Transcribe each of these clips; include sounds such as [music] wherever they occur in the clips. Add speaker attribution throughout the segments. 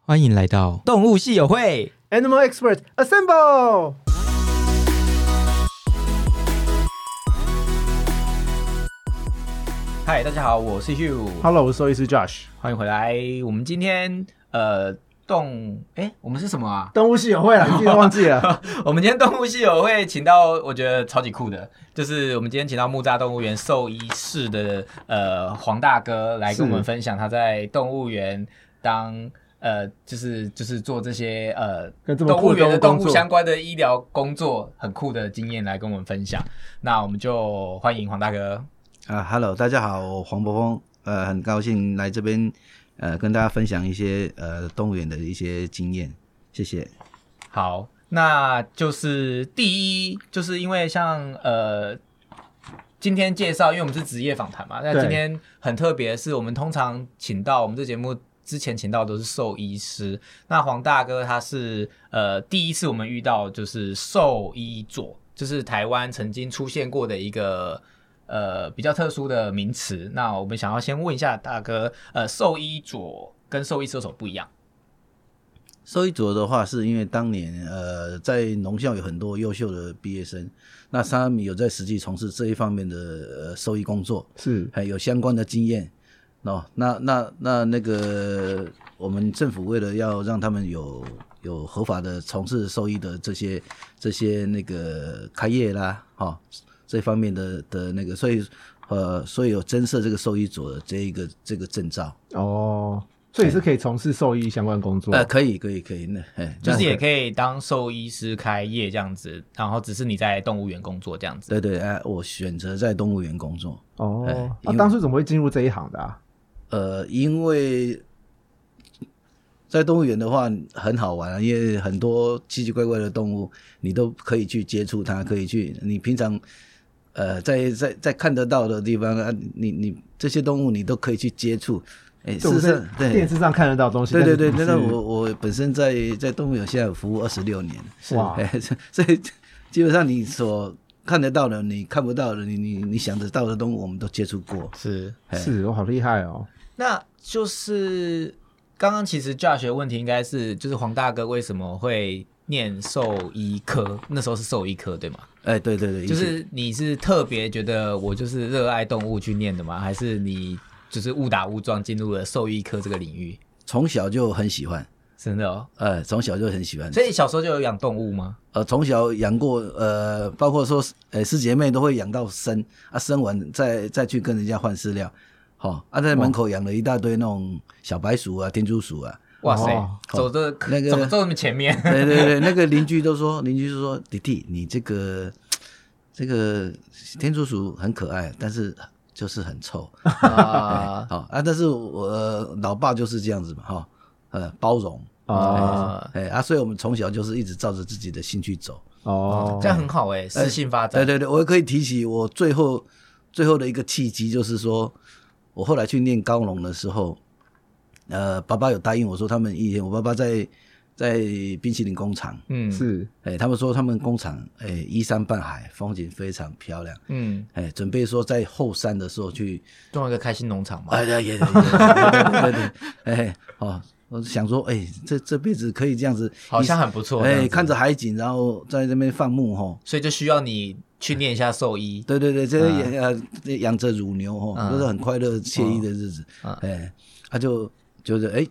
Speaker 1: 欢迎来到动物系友会。
Speaker 2: Animal Expert Assemble！
Speaker 1: 嗨，大家好，我是 Hugh，
Speaker 2: Hello，我是兽医师 Josh。
Speaker 1: 欢迎回来。我们今天呃动哎、我们是什么啊？
Speaker 2: 动物系友会了，你自己都忘记了。
Speaker 1: [laughs] 我们今天动物系友会请到我觉得超级酷的，就是我们今天请到木栅动物园兽医室的呃黄大哥来跟我们
Speaker 2: 是
Speaker 1: 分享他在动物园当。呃，就是就是做这些呃
Speaker 2: 跟这么
Speaker 1: 动
Speaker 2: 酷
Speaker 1: 物
Speaker 2: 的
Speaker 1: 园的
Speaker 2: 动
Speaker 1: 动
Speaker 2: 物
Speaker 1: 物
Speaker 2: 工作
Speaker 1: 相关的医疗工作很酷的经验来跟我们分享，那我们就欢迎黄大哥。
Speaker 3: 啊，Hello，大家好，我黄伯峰，呃，很高兴来这边，呃，跟大家分享一些呃动物园的一些经验，谢谢。
Speaker 1: 好，那就是第一，就是因为像呃，今天介绍，因为我们是职业访谈嘛，那
Speaker 2: 对
Speaker 1: 今天很特别，是我们通常请到我们这节目。之前请到都是兽医师，那黄大哥他是呃第一次我们遇到就是兽医佐，就是台湾曾经出现过的一个呃比较特殊的名词。那我们想要先问一下大哥，呃，兽医佐跟兽医师有什么不一样？
Speaker 3: 兽医组的话，是因为当年呃在农校有很多优秀的毕业生，那他们有在实际从事这一方面的呃兽医工作，
Speaker 2: [laughs] 是
Speaker 3: 还有相关的经验。哦，那那那那个，我们政府为了要让他们有有合法的从事兽医的这些这些那个开业啦，哦，这方面的的那个，所以呃，所以有增设这个兽医组的这一个这个证照，
Speaker 2: 哦，所以是可以从事兽医相关工作。
Speaker 3: 呃，可以可以可以，那哎，
Speaker 1: 就是
Speaker 3: 那
Speaker 1: 也可以当兽医师开业这样子，然后只是你在动物园工作这样子。
Speaker 3: 对对，哎、我选择在动物园工作，哎
Speaker 2: 哦，
Speaker 3: 因
Speaker 2: 那、
Speaker 3: 为
Speaker 2: 当初怎么会进入这一行的啊？
Speaker 3: 呃，因为在动物园的话很好玩啊，因为很多奇奇怪怪的动物，你都可以去接触它，可以去你平常呃在在在看得到的地方啊，你你这些动物你都可以去接触。哎，
Speaker 2: 这
Speaker 3: 事
Speaker 2: 我
Speaker 3: 实
Speaker 2: 在
Speaker 3: 上，
Speaker 2: 电
Speaker 3: 对
Speaker 2: 视上看得到的东西。
Speaker 3: 对对对，
Speaker 2: 但
Speaker 3: 那
Speaker 2: 是
Speaker 3: 那
Speaker 2: 不是
Speaker 3: 我我本身在在动物园现在有服务二十六年，
Speaker 2: 哇，
Speaker 3: 哎， [laughs] 所以基本上你所看得到的、你看不到的、你你你想得到的动物，我们都接触过。
Speaker 1: 是，
Speaker 3: 哎
Speaker 2: 是我好厉害哦。
Speaker 1: 那就是刚刚其实 Josh 的问题应该是，就是黄大哥为什么会念兽医科？那时候是兽医科对吗？
Speaker 3: 哎，对对对，
Speaker 1: 就
Speaker 3: 以前
Speaker 1: 是你是特别觉得我就是热爱动物去念的吗？还是你就是误打误撞进入了兽医科这个领域？
Speaker 3: 从小就很喜欢。
Speaker 1: 真的哦，
Speaker 3: 呃，从小就很喜欢，
Speaker 1: 所以小时候就有养动物吗？
Speaker 3: 呃，从小养过，呃，包括说，呃，师姐妹都会养到生啊，生完再再去跟人家换饲料，好、啊，在门口养了一大堆那种小白鼠啊、天竺鼠啊，
Speaker 1: 哇塞，
Speaker 2: 哦
Speaker 1: 走的
Speaker 3: 那个
Speaker 1: 怎么走那么前面？
Speaker 3: 对对对，那个邻居都说，邻居就说，弟弟，你这个这个天竺鼠很可爱，但是就是很臭，
Speaker 1: [laughs] 啊
Speaker 3: 好、啊，但是我、呃老爸就是这样子嘛，哈、呃，包容，
Speaker 2: 哦
Speaker 1: 啊，
Speaker 3: 哎啊，所以我们从小就是一直照着自己的兴趣走。
Speaker 2: 哦，
Speaker 1: 这样很好哎，私信发
Speaker 3: 对
Speaker 1: 展。
Speaker 3: 对对，我可以提起我最后最后的一个契机，就是说我后来去念高农的时候，呃，爸爸有答应我说，他们以前我爸爸在在冰淇淋工厂，
Speaker 1: 嗯，，
Speaker 2: 是
Speaker 3: 哎，他们说他们工厂哎依山傍海，风景非常漂亮，
Speaker 1: 嗯，
Speaker 3: 哎，准备说在后山的时候去，
Speaker 1: 种一个开心农场嘛。
Speaker 3: 哎对也也也对对，哎哦，我想说哎，这这辈子可以这样子，
Speaker 1: 好像很不错这样
Speaker 3: 哎，
Speaker 1: 子
Speaker 3: 看着海景，然后在那边放牧吼。
Speaker 1: 所以就需要你去念一下兽医。
Speaker 3: 对对对，这些养呃养着乳牛哦，
Speaker 1: 嗯
Speaker 3: 都是很快乐惬意的日子。
Speaker 1: 嗯
Speaker 3: 哎，他就觉得哎，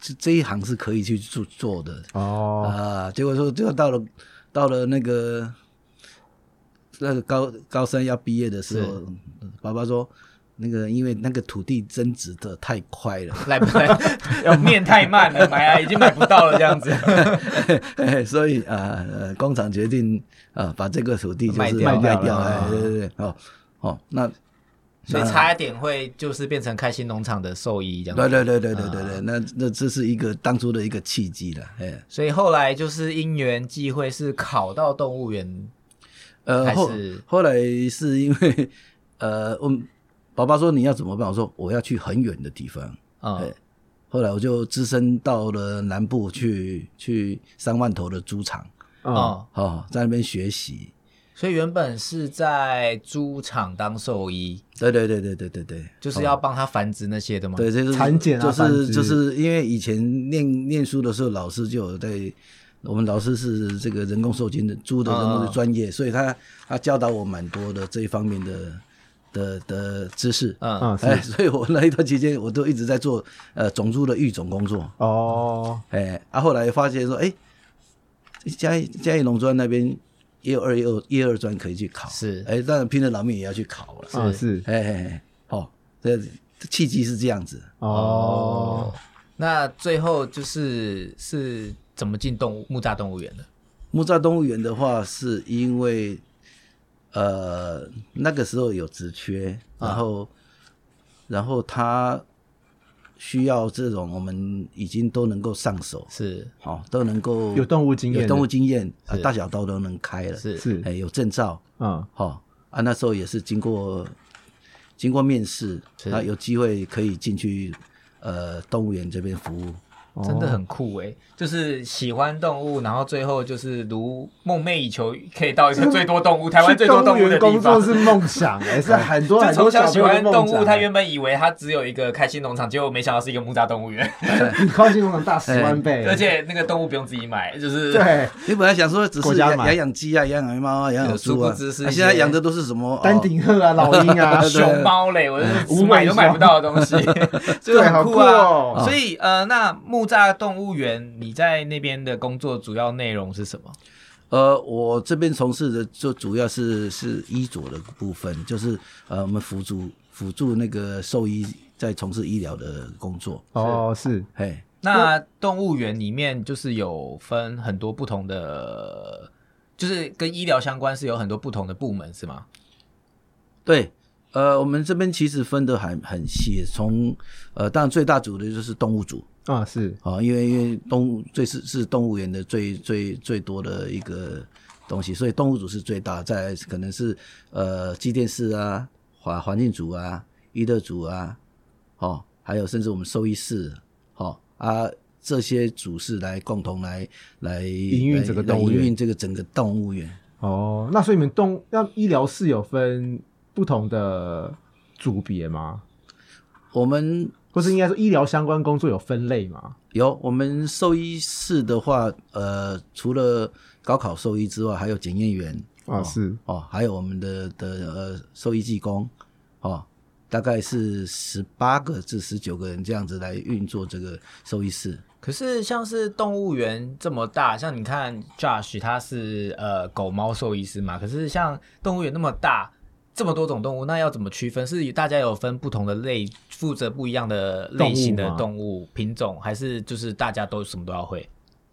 Speaker 3: 这这一行是可以去做做的
Speaker 2: 哦，
Speaker 3: 啊。结果说，结果到了到了那个那个高高三要毕业的时候，爸爸说。那个，因为那个土地增值的太快了， [laughs]
Speaker 1: 来不 [laughs] 来？念太慢了，买啊，已经买不到了这
Speaker 3: [laughs]
Speaker 1: 样子。
Speaker 3: 啊哎所以啊，呃工厂决定啊，把这个土地就是
Speaker 1: 卖掉
Speaker 3: 卖
Speaker 2: 卖掉
Speaker 3: 掉，
Speaker 2: 了
Speaker 3: 哎，对对对，哦哦，那
Speaker 1: 所以差一点会就是变成开心农场的兽医这样啊
Speaker 3: 对
Speaker 1: 子。
Speaker 3: 对对对对对对，那那这是一个当初的一个契机了，哎，
Speaker 1: 所以后来就是因缘际会，是考到动物园。还
Speaker 3: 呃，后
Speaker 1: 是
Speaker 3: 后来是因为 [laughs] 呃，我们爸爸说你要怎么办，我说我要去很远的地方，
Speaker 1: 嗯，
Speaker 3: 后来我就只身到了南部去去三万头的猪场，
Speaker 2: 嗯，
Speaker 3: 啊
Speaker 1: 哦，
Speaker 3: 哦，在那边学习，
Speaker 1: 所以原本是在猪场当兽医，
Speaker 3: 对对对对对对对，
Speaker 1: 就是要帮它繁殖那些的嘛。
Speaker 3: 嗯对，这就是
Speaker 2: 产检啊
Speaker 3: 就
Speaker 2: 繁
Speaker 3: 是
Speaker 2: 殖
Speaker 3: 就是因为以前念念书的时候，老师就有在，我们老师是这个人工受精的猪的人工的专
Speaker 2: 啊
Speaker 3: 业，所以他他教导我蛮多的这一方面的的的知识。
Speaker 1: 嗯，
Speaker 2: 嗯，
Speaker 3: 哎，
Speaker 2: 是
Speaker 3: [laughs] 所以我那一段期间，我都一直在做呃种猪的育种工作。
Speaker 2: 哦，
Speaker 3: 哎，啊，后来发现说，哎，嘉义嘉义农专那边也有二一二一二专可以去考，
Speaker 1: 是
Speaker 3: 哎，当然拼了老命也要去考了。
Speaker 2: 嗯是
Speaker 3: 哎哎，哎哦，这契机是这样子。
Speaker 2: 哦，
Speaker 1: 那最后就是是怎么进动物木栅动物园的？
Speaker 3: 木栅动物园的话，是因为呃那个时候有职缺，
Speaker 2: 啊
Speaker 3: 然后、然后他需要这种我们已经都能够上手，
Speaker 1: 是
Speaker 3: 好、都能够
Speaker 2: 有动物经验的，
Speaker 3: 有动物经验，啊、
Speaker 1: 是
Speaker 3: 大小刀都能开了，
Speaker 1: 是
Speaker 2: 是
Speaker 3: 哎有证照，
Speaker 2: 嗯
Speaker 3: 好、啊那时候也是经过经过面试，
Speaker 1: 是
Speaker 3: 啊有机会可以进去呃动物园这边服务，
Speaker 1: 真的很酷哎、就是喜欢动物，然后最后就是如梦寐以求，可以到一个最多动物、台湾最多动物
Speaker 2: 去
Speaker 1: 的
Speaker 2: 动物
Speaker 1: 地
Speaker 2: 园工作 [laughs]
Speaker 1: 方。
Speaker 2: 是梦想，哎，是很多
Speaker 1: 就
Speaker 2: 很
Speaker 1: 从
Speaker 2: 多
Speaker 1: 小
Speaker 2: 小
Speaker 1: 喜
Speaker 2: 朋友的
Speaker 1: 欢
Speaker 2: 梦
Speaker 1: 动
Speaker 2: 想
Speaker 1: 物，他原本以为他只有一个开心农场，结果没想到是一个木栅动物园，
Speaker 2: 比靠近农场大十万倍，
Speaker 1: 哎 [laughs] 而且哦那个动物不用自己买，就是
Speaker 2: 对
Speaker 3: 你本来想说只
Speaker 2: 国
Speaker 3: 是
Speaker 2: 家
Speaker 3: 养
Speaker 2: 买
Speaker 3: 养养鸡啊，养养猫啊，养养猪
Speaker 1: 殊不
Speaker 3: 啊，
Speaker 1: 知是一
Speaker 3: 啊
Speaker 1: 些
Speaker 3: 现在养的都是什么，
Speaker 2: 丹顶鹤啊、老鹰
Speaker 1: [laughs]
Speaker 2: 啊
Speaker 1: 熊猫嘞，我是买都买不到的东
Speaker 2: [laughs]
Speaker 1: 西，就
Speaker 2: 对
Speaker 1: 很
Speaker 2: 好
Speaker 1: 酷
Speaker 2: 酷
Speaker 1: 啊。
Speaker 2: 哦
Speaker 1: 所以呃，那木栅动物园，你在那边的工作主要内容是什么？
Speaker 3: 呃，我这边从事的就主要是是医佐的部分，就是呃，我们辅助辅助那个兽医在从事医疗的工作，
Speaker 2: 哦是
Speaker 3: 嘿，
Speaker 1: 那动物园里面就是有分很多不同的，就是跟医疗相关是有很多不同的部门是吗？
Speaker 3: 对。呃，我们这边其实分得很很细，从呃，当然最大组的就是动物组
Speaker 2: 啊是
Speaker 3: 啊、因为因为动物最是是动物园的最最最多的一个东西，所以动物组是最大，再来可能是呃机电室啊、环环境组啊、娱乐组啊，哦，还有甚至我们兽医室，哦啊这些组是来共同来来营
Speaker 2: 运整个动物园
Speaker 3: 营运这个整个动物园。
Speaker 2: 哦，那所以你们动那医疗室有分不同的组别吗？
Speaker 3: 我们
Speaker 2: 或是应该说医疗相关工作有分类吗？
Speaker 3: 有我们兽医室的话，呃，除了高考兽医之外，还有检验员，
Speaker 2: 啊是
Speaker 3: 哦，还有我们的的呃兽医技工，哦，大概是十八个至十九个人这样子来运作这个兽医室。
Speaker 1: 可是像是动物园这么大，像你看 Josh 他是呃狗猫兽医师嘛，可是像动物园那么大，这么多种动物，那要怎么区分？是大家有分不同的类，负责不一样的类型的
Speaker 2: 动物
Speaker 1: 动
Speaker 2: 吗
Speaker 1: 物品种，还是就是大家都什么都要会？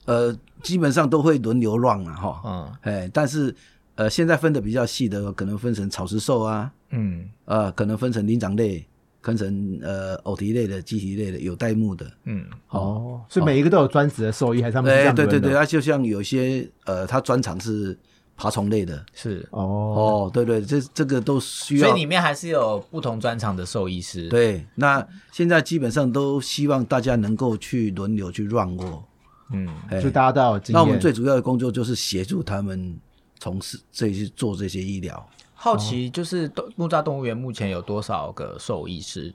Speaker 3: 呃，基本上都会轮流乱了
Speaker 2: 哦
Speaker 3: 哈，
Speaker 1: 嗯
Speaker 3: 哎、但是呃，现在分的比较细的，可能分成草食兽啊，
Speaker 1: 嗯
Speaker 3: 呃，可能分成灵长类，分成呃偶蹄类的、鸡蹄类的、有带目的，
Speaker 1: 嗯，
Speaker 3: 哦
Speaker 2: 哦，所以每一个都有专职的兽医，还是他们是这
Speaker 3: 哎，
Speaker 2: 样
Speaker 3: 对对
Speaker 2: 轮的哦
Speaker 3: 对，它就像有些呃，它专长是爬虫类的，
Speaker 1: 是。
Speaker 2: 哦
Speaker 3: 哦，对对，这这个都需
Speaker 1: 所以
Speaker 3: 要。
Speaker 1: 里面还是有不同专场的兽医师。，
Speaker 3: 对，那现在基本上都希望大家能够去轮流去让过。
Speaker 1: 嗯，
Speaker 3: 哎
Speaker 2: 就大家都要有经验。
Speaker 3: 那我们最主要的工作就是协助他们从事这些做这些医疗。
Speaker 1: 好奇就是动木栅动物园目前有多少个兽医师？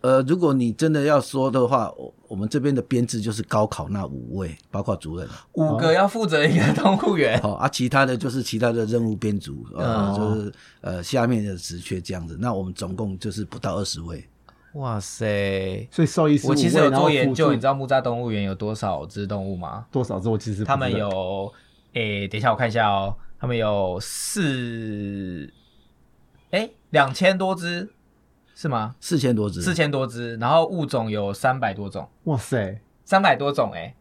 Speaker 3: 呃，如果你真的要说的话，我我们这边的编制就是高考那五位，包括主任。
Speaker 1: 五个要负责一个动物园。
Speaker 3: 好、啊，其他的就是其他的任务编组，呃，
Speaker 1: 嗯
Speaker 3: 就是呃下面的职缺这样子。那我们总共就是不到二十位。
Speaker 1: 哇塞！
Speaker 2: 所以兽医师
Speaker 1: 我其实有做研究，你知
Speaker 2: 道
Speaker 1: 道木栅动物园有多少只动物吗？
Speaker 2: 多少只？我其实不
Speaker 1: 他们
Speaker 2: 知道
Speaker 1: 有，诶、等一下我看一下哦，他们有四，诶、两千多只，是吗？
Speaker 3: 四千多只，
Speaker 1: 四千多只，然后物种有三百多种，
Speaker 2: 哇塞，
Speaker 1: 三百多种、诶，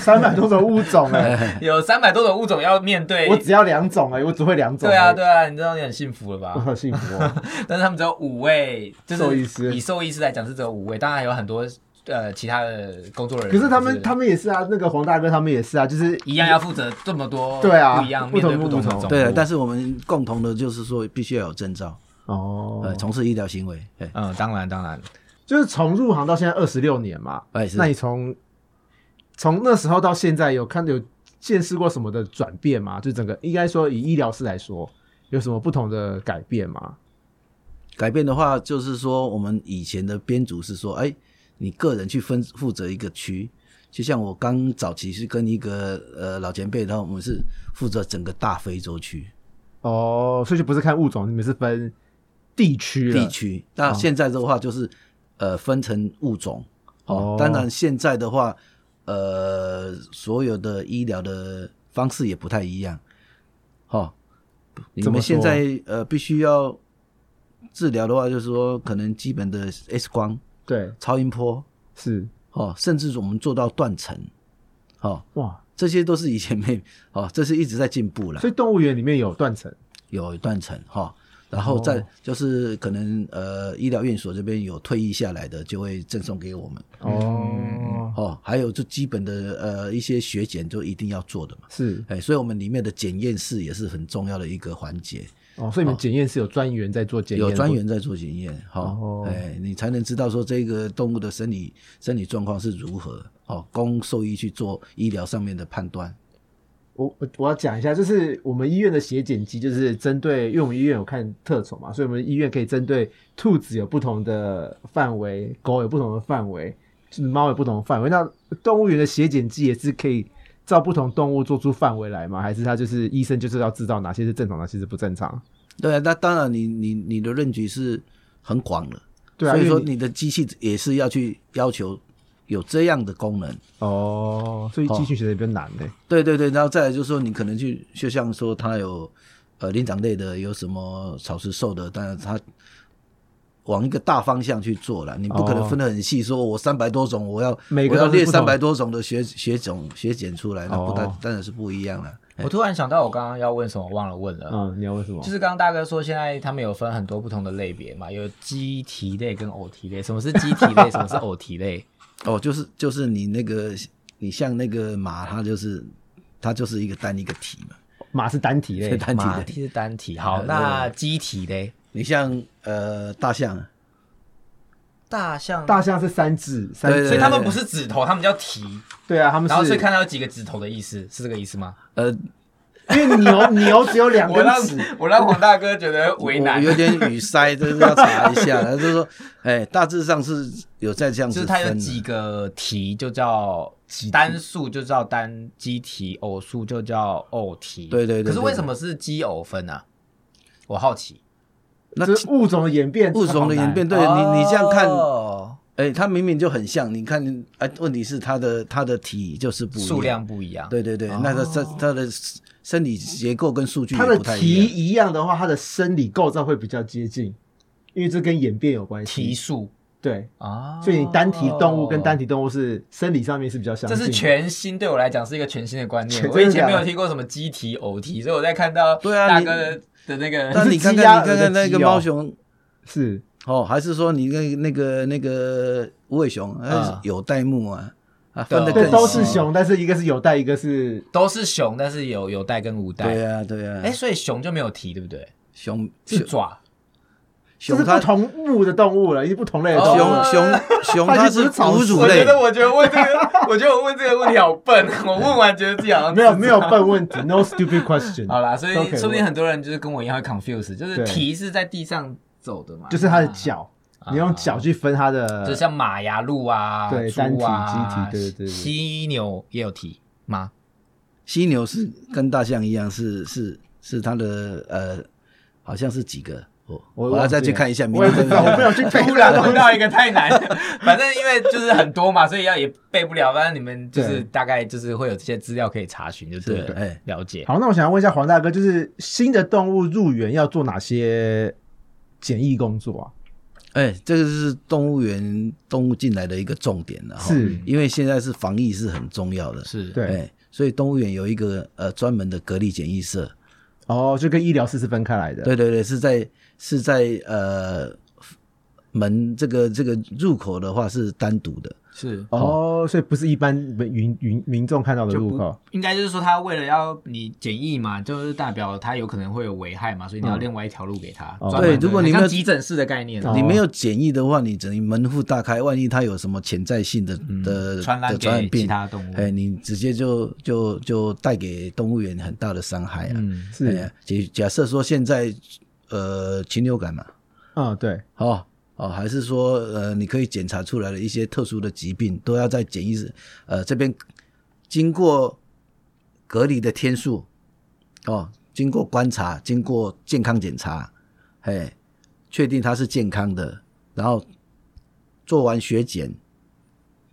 Speaker 2: 三百多种物种
Speaker 1: [laughs]
Speaker 2: 哎，
Speaker 1: 有三百多种物种要面对。
Speaker 2: 我只要两种哎，我只会两种。
Speaker 1: 对啊，对，啊啊，你知道你很幸福了吧？
Speaker 2: [laughs] 我好幸福哦。
Speaker 1: 但是他们只有五位，就是
Speaker 2: 兽医师
Speaker 1: 以兽医师来讲是只有五位，当然还有很多呃其他的工作人员。
Speaker 2: 可是他们
Speaker 1: 就
Speaker 2: 他们也是啊，那个黄大哥他们也是啊，就是
Speaker 1: 一样要负责这么多
Speaker 2: 对啊
Speaker 1: 不一样
Speaker 2: 不
Speaker 1: 面
Speaker 2: 同
Speaker 1: 对不同的
Speaker 2: 不同
Speaker 1: 种
Speaker 3: 对
Speaker 1: 族
Speaker 3: 但是我们共同的就是说必须要有证照，
Speaker 2: 哦
Speaker 3: 呃，，从事医疗行为。哎、
Speaker 1: 嗯，当然当然，
Speaker 2: 就是从入行到现在二十六年嘛。
Speaker 3: 哎是
Speaker 2: 那你从从那时候到现在有看有见识过什么的转变吗？就整个应该说以医疗师来说，有什么不同的改变吗？
Speaker 3: 改变的话，就是说我们以前的编组是说，哎，你个人去分负责一个区，就像我刚早期是跟一个呃老前辈，然后我们是负责整个大非洲区
Speaker 2: 哦，所以就不是看物种，你们是分地区了
Speaker 3: 地区。那现在的话就是、呃分成物种
Speaker 2: 哦
Speaker 3: 哦，当然现在的话，呃，所有的医疗的方式也不太一样，哦，你
Speaker 2: 怎么
Speaker 3: 们现
Speaker 2: 说
Speaker 3: 在呃必须要治疗的话，就是说可能基本的 X 光、
Speaker 2: 对，
Speaker 3: 超音波。
Speaker 2: 是
Speaker 3: 哦，甚至我们做到断层，哦，
Speaker 2: 哇，
Speaker 3: 这些都是以前没哦，这是一直在进步了
Speaker 2: 所，以动物园里面有断层
Speaker 3: 有断层哈、哦，然后再
Speaker 2: 哦
Speaker 3: 就是可能呃医疗院所这边有退役下来的就会赠送给我们
Speaker 2: 哦，
Speaker 3: 哦，还有就基本的呃一些血检就一定要做的嘛，
Speaker 2: 是
Speaker 3: 哎，所以我们里面的检验室也是很重要的一个环节，
Speaker 2: 哦，所以你们检验是有专员在做检验，
Speaker 3: 有专员在做检验，哈、
Speaker 2: 哦
Speaker 3: 哦，哎，你才能知道说这个动物的生理生理状况是如何，哦，供兽医去做医疗上面的判断。
Speaker 2: 我我我要讲一下，就是我们医院的血检机，就是针对，因为我们医院有看特种嘛，所以我们医院可以针对兔子有不同的范围，狗有不同的范围，猫有不同的范围。那动物园的血检机也是可以照不同动物做出范围来吗？还是它就是医生就是要知道哪些是正常，哪些是不正常？
Speaker 3: 对啊，那当然你，你你的论据是很广的，
Speaker 2: 对啊，
Speaker 3: 所以
Speaker 2: 因
Speaker 3: 说
Speaker 2: 为
Speaker 3: 你的机器也是要去要求有这样的功能。
Speaker 2: 哦，所以机器学的比较难呢、
Speaker 3: 对对对，然后再来就是说，你可能去就像说它有呃灵长类的，有什么草食兽的，当然它往一个大方向去做了，你不可能分得很细，说我三百多种，我要
Speaker 2: 哦每个
Speaker 3: 我
Speaker 2: 都
Speaker 3: 要
Speaker 2: 是
Speaker 3: 列
Speaker 2: 不同
Speaker 3: 三百多种的血血种血检出来，那不太、
Speaker 2: 哦
Speaker 3: 当然是不一样了。
Speaker 1: 我突然想到，我刚刚要问什么，忘了问了。
Speaker 2: 嗯，你要问什么？
Speaker 1: 就是刚刚大哥说，现在他们有分很多不同的类别嘛，有机体类跟偶体类。什么是机体
Speaker 2: [laughs]
Speaker 1: 类？什么是偶体类？
Speaker 3: 哦，就是就是你那个你像那个马，它就是它就是一个单一个体嘛。
Speaker 2: 马是单体类
Speaker 3: 是，单体
Speaker 1: 马
Speaker 3: 的。
Speaker 1: 体是单体。好，
Speaker 3: 呃
Speaker 1: 那机体嘞？
Speaker 3: 你像呃大象啊，
Speaker 1: 大象，
Speaker 2: 大象是三指，三
Speaker 3: 对
Speaker 1: 所以
Speaker 2: 指
Speaker 1: 他们不是指头，他们叫蹄，
Speaker 2: 对啊，他们
Speaker 1: 然后
Speaker 2: 是
Speaker 1: 所以看到有几个指头的意思，是这个意思吗？
Speaker 3: 呃，
Speaker 2: 因
Speaker 1: [laughs]
Speaker 2: 为牛牛只有两
Speaker 1: 我
Speaker 2: 根
Speaker 1: 让
Speaker 2: 指，
Speaker 1: 我让黄大哥觉得为
Speaker 3: 我
Speaker 1: 难，
Speaker 3: 有点语塞，这是要查一下。就是说，哎，大致上是有在这样
Speaker 1: 就
Speaker 3: 子
Speaker 1: 是
Speaker 3: 分
Speaker 1: 它
Speaker 3: 的。
Speaker 1: 有几个题就叫单数就叫单基题，偶数就叫偶题。
Speaker 3: 对对对
Speaker 1: 可是
Speaker 3: 对
Speaker 1: 为什么是基偶分啊？我好奇。
Speaker 3: 那
Speaker 2: 这是物种的演变，
Speaker 3: 物种的演变，对你你这样看，
Speaker 1: 哦
Speaker 3: 哎，它明明就很像。你看，哎，问题是它的它的体就是不一样
Speaker 1: 数量，哦不一样。
Speaker 3: 对对对，那个它它的生理结构跟数据
Speaker 2: 它
Speaker 3: 也
Speaker 2: 的
Speaker 3: 不太
Speaker 2: 题
Speaker 3: 一样。
Speaker 2: 一样的话，它的生理构造会比较接近，因为这跟演变有关
Speaker 1: 题
Speaker 2: 系。
Speaker 1: 数
Speaker 2: 对，
Speaker 1: 啊，
Speaker 2: 所以你单体动物跟单体动物是生理上面是比较相
Speaker 1: 这
Speaker 2: 近
Speaker 3: 哦
Speaker 2: 的。
Speaker 1: 是全新，对我来讲是一个全新的观念。
Speaker 2: 全
Speaker 1: 我以
Speaker 2: 真
Speaker 1: 前
Speaker 2: 的
Speaker 1: 没
Speaker 2: 假的
Speaker 1: 有听过什么鸡蹄、偶蹄，所以我在看到
Speaker 3: 对啊
Speaker 1: 大
Speaker 3: 你
Speaker 1: 哥的的那个，
Speaker 3: 但
Speaker 2: 是
Speaker 3: 你看
Speaker 2: 鸡鸭
Speaker 3: 看你看
Speaker 2: 鹅的
Speaker 3: 看那个
Speaker 2: 鸡哦
Speaker 3: 猫熊
Speaker 2: 是
Speaker 3: 哦，还是说你那那个那个无尾熊，
Speaker 1: 嗯
Speaker 3: 呃，有带目啊，啊，
Speaker 1: 对
Speaker 3: 分
Speaker 1: 哦
Speaker 3: 的
Speaker 2: 啊对，
Speaker 3: 更
Speaker 2: 都是
Speaker 3: 细
Speaker 2: 熊，但是一个是有带，一个是
Speaker 1: [laughs] 都是熊，但是有有带跟无带。
Speaker 3: 对啊，对啊，
Speaker 1: 哎，所以熊就没有蹄，对不对？
Speaker 3: 熊
Speaker 1: 是
Speaker 3: 熊
Speaker 1: 爪。
Speaker 2: 这
Speaker 3: 熊
Speaker 2: 是
Speaker 3: 它
Speaker 2: 不
Speaker 3: 熊
Speaker 2: 同物的动物了，已经不同类的啊动物
Speaker 1: 哦
Speaker 2: 了。[laughs]
Speaker 3: 熊熊
Speaker 2: 它
Speaker 3: 它
Speaker 2: 就不
Speaker 3: 是
Speaker 2: 是草
Speaker 3: 哺乳
Speaker 1: 我觉，
Speaker 3: 类
Speaker 1: 得，我觉得问这个，我觉得我问这个问题好笨。哦我问完觉得自己好像
Speaker 2: 没有没有笨问题，no stupid question。
Speaker 1: 好啦，所以
Speaker 2: 都可以
Speaker 1: 说不定
Speaker 2: 问
Speaker 1: 很多人就是跟我一样会 confuse，就是
Speaker 2: 对
Speaker 1: 蹄是在地上走的嘛，
Speaker 2: 就是它的
Speaker 1: 啊
Speaker 2: 脚，你用脚去分它
Speaker 3: 啊
Speaker 2: 的，
Speaker 1: 就像马呀、鹿啊、
Speaker 2: 对
Speaker 1: 猪啊、
Speaker 2: 单体鸡体对对对对
Speaker 1: 犀牛也有蹄吗？
Speaker 3: 犀牛是跟大象一样，是是是它的呃，好像是几个，我
Speaker 2: 我
Speaker 3: 我要再
Speaker 2: 忘记
Speaker 3: 去
Speaker 2: 了
Speaker 3: 看一下，明
Speaker 2: 我也
Speaker 3: 天
Speaker 2: 不
Speaker 3: 再
Speaker 2: 知道，我不
Speaker 3: 看
Speaker 2: 想去背
Speaker 1: 突然碰到一个太难，反正因为就是很多嘛，所以要也背不了。反正你们就是
Speaker 2: 对
Speaker 1: 大概就是会有这些资料可以查询，就对
Speaker 3: 是
Speaker 1: 了，
Speaker 3: 哎
Speaker 1: 了解。
Speaker 2: 好，那我想要问一下黄大哥，就是新的动物入园要做哪些检疫工作啊？
Speaker 3: 哎，这个是动物园动物进来的一个重点了哈，
Speaker 2: 是
Speaker 3: 因为现在是防疫是很重要的，
Speaker 1: 是，
Speaker 2: 对
Speaker 3: 嗯哎，所以动物园有一个呃专门的隔离检疫社，
Speaker 2: 哦，就跟医疗室是分开来的。
Speaker 3: 对对对，是在是在呃门这个这个入口的话是单独的，
Speaker 1: 是
Speaker 2: 哦，所以不是一般民民民众看到的
Speaker 1: 就
Speaker 2: 入
Speaker 1: 不
Speaker 2: 口，
Speaker 1: 应该就是说他为了要你检疫嘛，就是代表他有可能会有危害嘛，所以你要
Speaker 2: 嗯
Speaker 1: 另外一条路给他。
Speaker 2: 哦
Speaker 1: 专门的
Speaker 3: 对如果你
Speaker 1: 很像
Speaker 3: 没有
Speaker 1: 急诊室的概念，
Speaker 2: 哦
Speaker 3: 你没有检疫的话，你等于门户大开，万一它有什么潜在性的
Speaker 1: 嗯
Speaker 3: 的
Speaker 1: 传染
Speaker 3: 的传
Speaker 1: 给
Speaker 3: 染
Speaker 1: 其
Speaker 3: 病，
Speaker 1: 他动物。
Speaker 3: 哎，你直接就就就带给动物园很大的伤害啊。
Speaker 1: 嗯，
Speaker 3: 哎
Speaker 2: 是
Speaker 3: 呀，假假设说现在呃禽流感嘛，
Speaker 2: 嗯，对，
Speaker 3: 哦哦，还是说呃，你可以检查出来的一些特殊的疾病，都要在检疫室呃这边经过隔离的天数哦，经过观察，经过健康检查，哎，确定它是健康的，然后做完血检，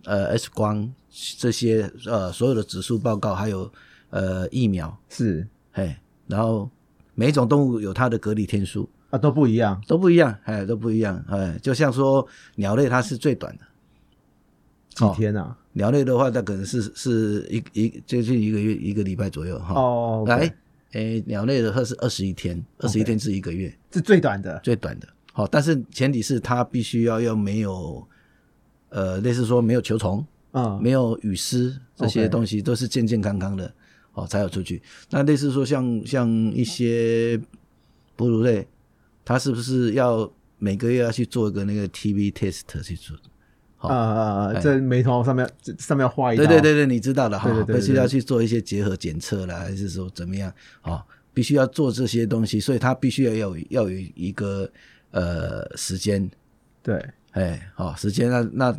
Speaker 3: 呃，X 光这些呃所有的指数报告，还有呃疫苗，
Speaker 2: 是
Speaker 3: 哎，然后每一种动物有它的隔离天数。
Speaker 2: 啊，都不一样
Speaker 3: 都不一样，哎，都不一样，哎，就像说鸟类它是最短的，
Speaker 2: 几
Speaker 3: 哦
Speaker 2: 天啊？
Speaker 3: 鸟类的话，它可能是是一一接近一个月一个礼拜左右哈。，
Speaker 2: 哦，
Speaker 3: 来，哎，鸟类的话是二十一天，二十一
Speaker 2: OK
Speaker 3: 天至一个月
Speaker 2: 这最短的
Speaker 3: 最短的。好，但是前提是它必须要要没有，呃，类似说没有球虫，
Speaker 2: 嗯，
Speaker 3: 没有雨丝这
Speaker 2: OK
Speaker 3: 些东西都是健健康康的哦才有出去。那类似说像像一些哺乳类，它是不是要每个月要去做一个那个 TB test 去做？好
Speaker 2: 啊啊啊！
Speaker 3: 哎
Speaker 2: 这眉头上面这上面要画一道，
Speaker 3: 对对对对，你知道的哈
Speaker 2: 对对，对
Speaker 3: 必须
Speaker 2: 对
Speaker 3: 要去做一些结合检测啦，还是说怎么样？哦，必须要做这些东西，所以它必须要有要有一个呃时间，
Speaker 2: 对，
Speaker 3: 哎，好、时间那那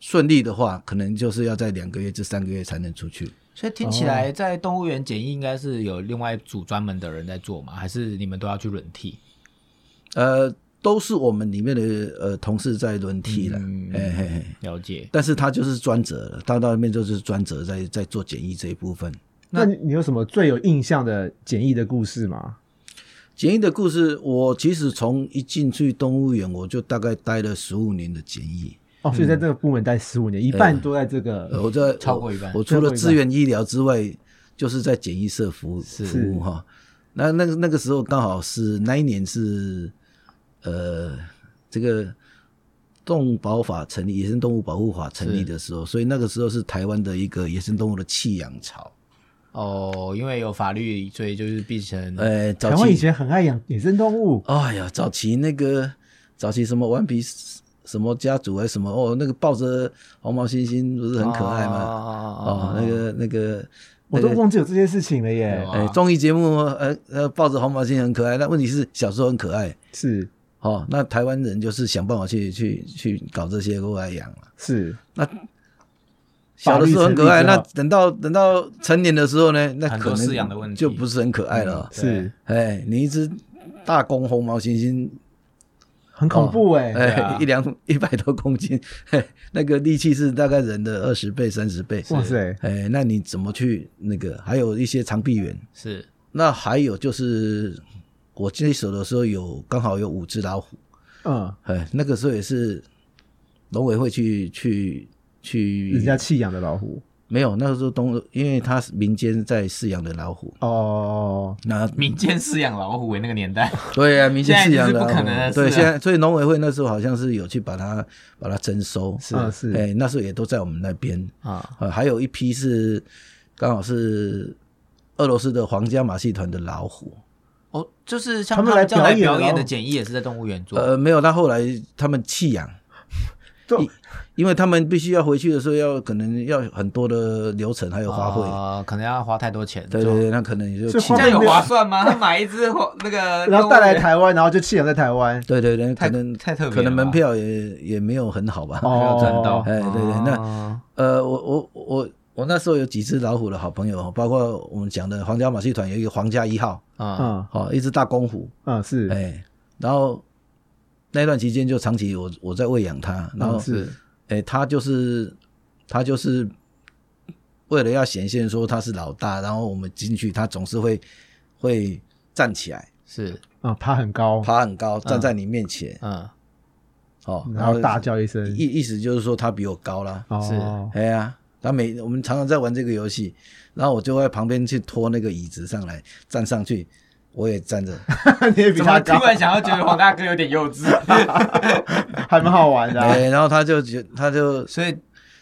Speaker 3: 顺利的话，可能就是要在两个月至三个月才能出去。
Speaker 1: 所以听
Speaker 3: 哦
Speaker 1: 起来在动物园检疫应该是有另外一组专门的人在做嘛，还是你们都要去轮替？
Speaker 3: 呃，都是我们里面的呃同事在轮替了，
Speaker 1: 嗯
Speaker 3: 哎嘿嘿。
Speaker 1: 了解。
Speaker 3: 但是他就是专责了，他到那边就是专责在在做检疫这一部分。
Speaker 2: 那你你有什么最有印象的简易的故事吗？
Speaker 3: 检疫的故事，我其实从一进去动物园，我就大概待了十五年的检疫。
Speaker 2: 哦，所以在这个部门待十五年，一半都在这
Speaker 3: 嗯呃
Speaker 2: 个
Speaker 3: 我在
Speaker 1: 超过一半
Speaker 3: 我我除了
Speaker 2: 超过一半
Speaker 3: 资源医疗之外，就是在检疫社服务服务哈。那那个那个时候刚好是那一年是呃这个动保法成立，野生动物保护法成立
Speaker 1: 是
Speaker 3: 的时候，所以那个时候是台湾的一个野生动物的弃养潮。
Speaker 1: 哦，因为有法律，所以就是变成
Speaker 3: 呃，
Speaker 2: 嗯台
Speaker 3: 早
Speaker 2: 湾以
Speaker 3: 期
Speaker 2: 前很爱养野生动物，
Speaker 3: 哎呀，早期那个早期什么顽皮什么家族还是什么哦，那个抱着红毛猩猩不是很可爱
Speaker 2: 啊
Speaker 3: 吗？哦，那个那个。
Speaker 2: 我都忘记有这些事情了耶
Speaker 1: 有。啊
Speaker 3: 哎，综艺节目呃呃抱着红毛猩很可爱，那问题是小时候很可爱
Speaker 2: 是
Speaker 3: 哦，那台湾人就是想办法去去去搞这些过来养了。
Speaker 2: 是，
Speaker 3: 那小的时候很可
Speaker 2: 法
Speaker 3: 爱，
Speaker 2: 律成立之
Speaker 3: 那
Speaker 2: 后
Speaker 3: 等到等到成年的时候呢，那
Speaker 1: 很
Speaker 3: 可
Speaker 1: 多饲养的问
Speaker 3: 能
Speaker 1: 题嗯
Speaker 3: 就不是很可爱了。
Speaker 1: 对
Speaker 2: 是
Speaker 3: 哎，你一只大公红毛猩猩，
Speaker 2: 很恐怖哎、
Speaker 1: 对啊
Speaker 3: 哎，一两一百多公斤， [laughs] 嘿，那个力气是大概人的二十倍、三十倍。
Speaker 2: 哇塞，
Speaker 3: 哎，那你怎么去那个？还有一些长臂猿，
Speaker 1: 是
Speaker 3: 那还有就是，我接手的时候有刚好有五只老虎，
Speaker 2: 嗯，
Speaker 3: 哎，那个时候也是农委会去去去，
Speaker 2: 人家弃养的老虎
Speaker 3: 没有那个时候东，因为它是民间在饲养的老虎，
Speaker 2: 哦，
Speaker 3: 那
Speaker 1: 民间饲养老虎诶，欸那个年代
Speaker 3: 对啊，民间
Speaker 1: 现在
Speaker 3: 饲养
Speaker 1: 已经
Speaker 3: 的
Speaker 1: 是不
Speaker 3: 老
Speaker 1: 可能的
Speaker 3: 虎，
Speaker 1: 事了
Speaker 3: 对，现在所以农委会那时候好像是有去把它把它征收，
Speaker 2: 是啊是
Speaker 3: 哎，那时候也都在我们那边，
Speaker 1: 啊，
Speaker 3: 呃，还有一批是刚好是俄罗斯的皇家马戏团的老虎，
Speaker 1: 哦，就是像
Speaker 2: 他们
Speaker 1: 们
Speaker 2: 来
Speaker 1: 将来
Speaker 2: 表演
Speaker 1: 表演
Speaker 2: 然后
Speaker 1: 的检疫也是在动物园做，
Speaker 3: 哦呃，没有，他后来他们弃养。
Speaker 2: 就
Speaker 3: 一因为他们必须要回去的时候要可能要很多的流程，还有花费。
Speaker 1: 啊，可能要花太多钱，
Speaker 3: 对对对，那可能也就
Speaker 2: 所以
Speaker 3: 弃
Speaker 2: 花
Speaker 1: 这
Speaker 2: 费
Speaker 1: 样
Speaker 3: 养。
Speaker 1: 有划算 [laughs] 吗？他买一只火那
Speaker 3: [laughs]
Speaker 1: 个，
Speaker 2: 然后带来，台湾，然后就弃养在台湾
Speaker 3: 对对对，
Speaker 1: 太
Speaker 3: 可能
Speaker 1: 太特别了吧
Speaker 3: 可能门票也也没有很好吧。
Speaker 1: 没
Speaker 2: 哦
Speaker 1: 有赚到，
Speaker 3: 哎对对那
Speaker 1: 那
Speaker 3: 呃，我我我我那时候有几只老虎的好朋友，包括我们讲的皇家马戏团有一个皇家一号，
Speaker 1: 啊，
Speaker 2: 嗯
Speaker 3: 好、一只大公虎，
Speaker 2: 嗯是
Speaker 3: 哎，然后那段期间就长期我我在喂养它，然后、
Speaker 2: 嗯是
Speaker 3: 哎，他就是他就是为了要显现说他是老大，然后我们进去，他总是会会站起来，
Speaker 1: 是，
Speaker 2: 嗯爬很高，
Speaker 3: 爬很高，站在你面前，
Speaker 1: 嗯，
Speaker 3: 哦，
Speaker 2: 嗯然后大叫一声，
Speaker 3: 意意思就是说他比我高啦，
Speaker 2: 哦
Speaker 3: 哎呀、他每我们常常在玩这个游戏，然后我就在旁边去拖那个椅子上来站上去，我也站
Speaker 2: [laughs]
Speaker 3: 着，
Speaker 2: [laughs] 你也比
Speaker 1: 怎么
Speaker 2: 他
Speaker 1: 突
Speaker 2: 高，
Speaker 1: 然想要觉得黄大哥有点幼稚？
Speaker 2: 还蛮好玩的啊、
Speaker 3: 哎对，然后他就觉他
Speaker 1: [laughs]
Speaker 3: 就
Speaker 1: 所以，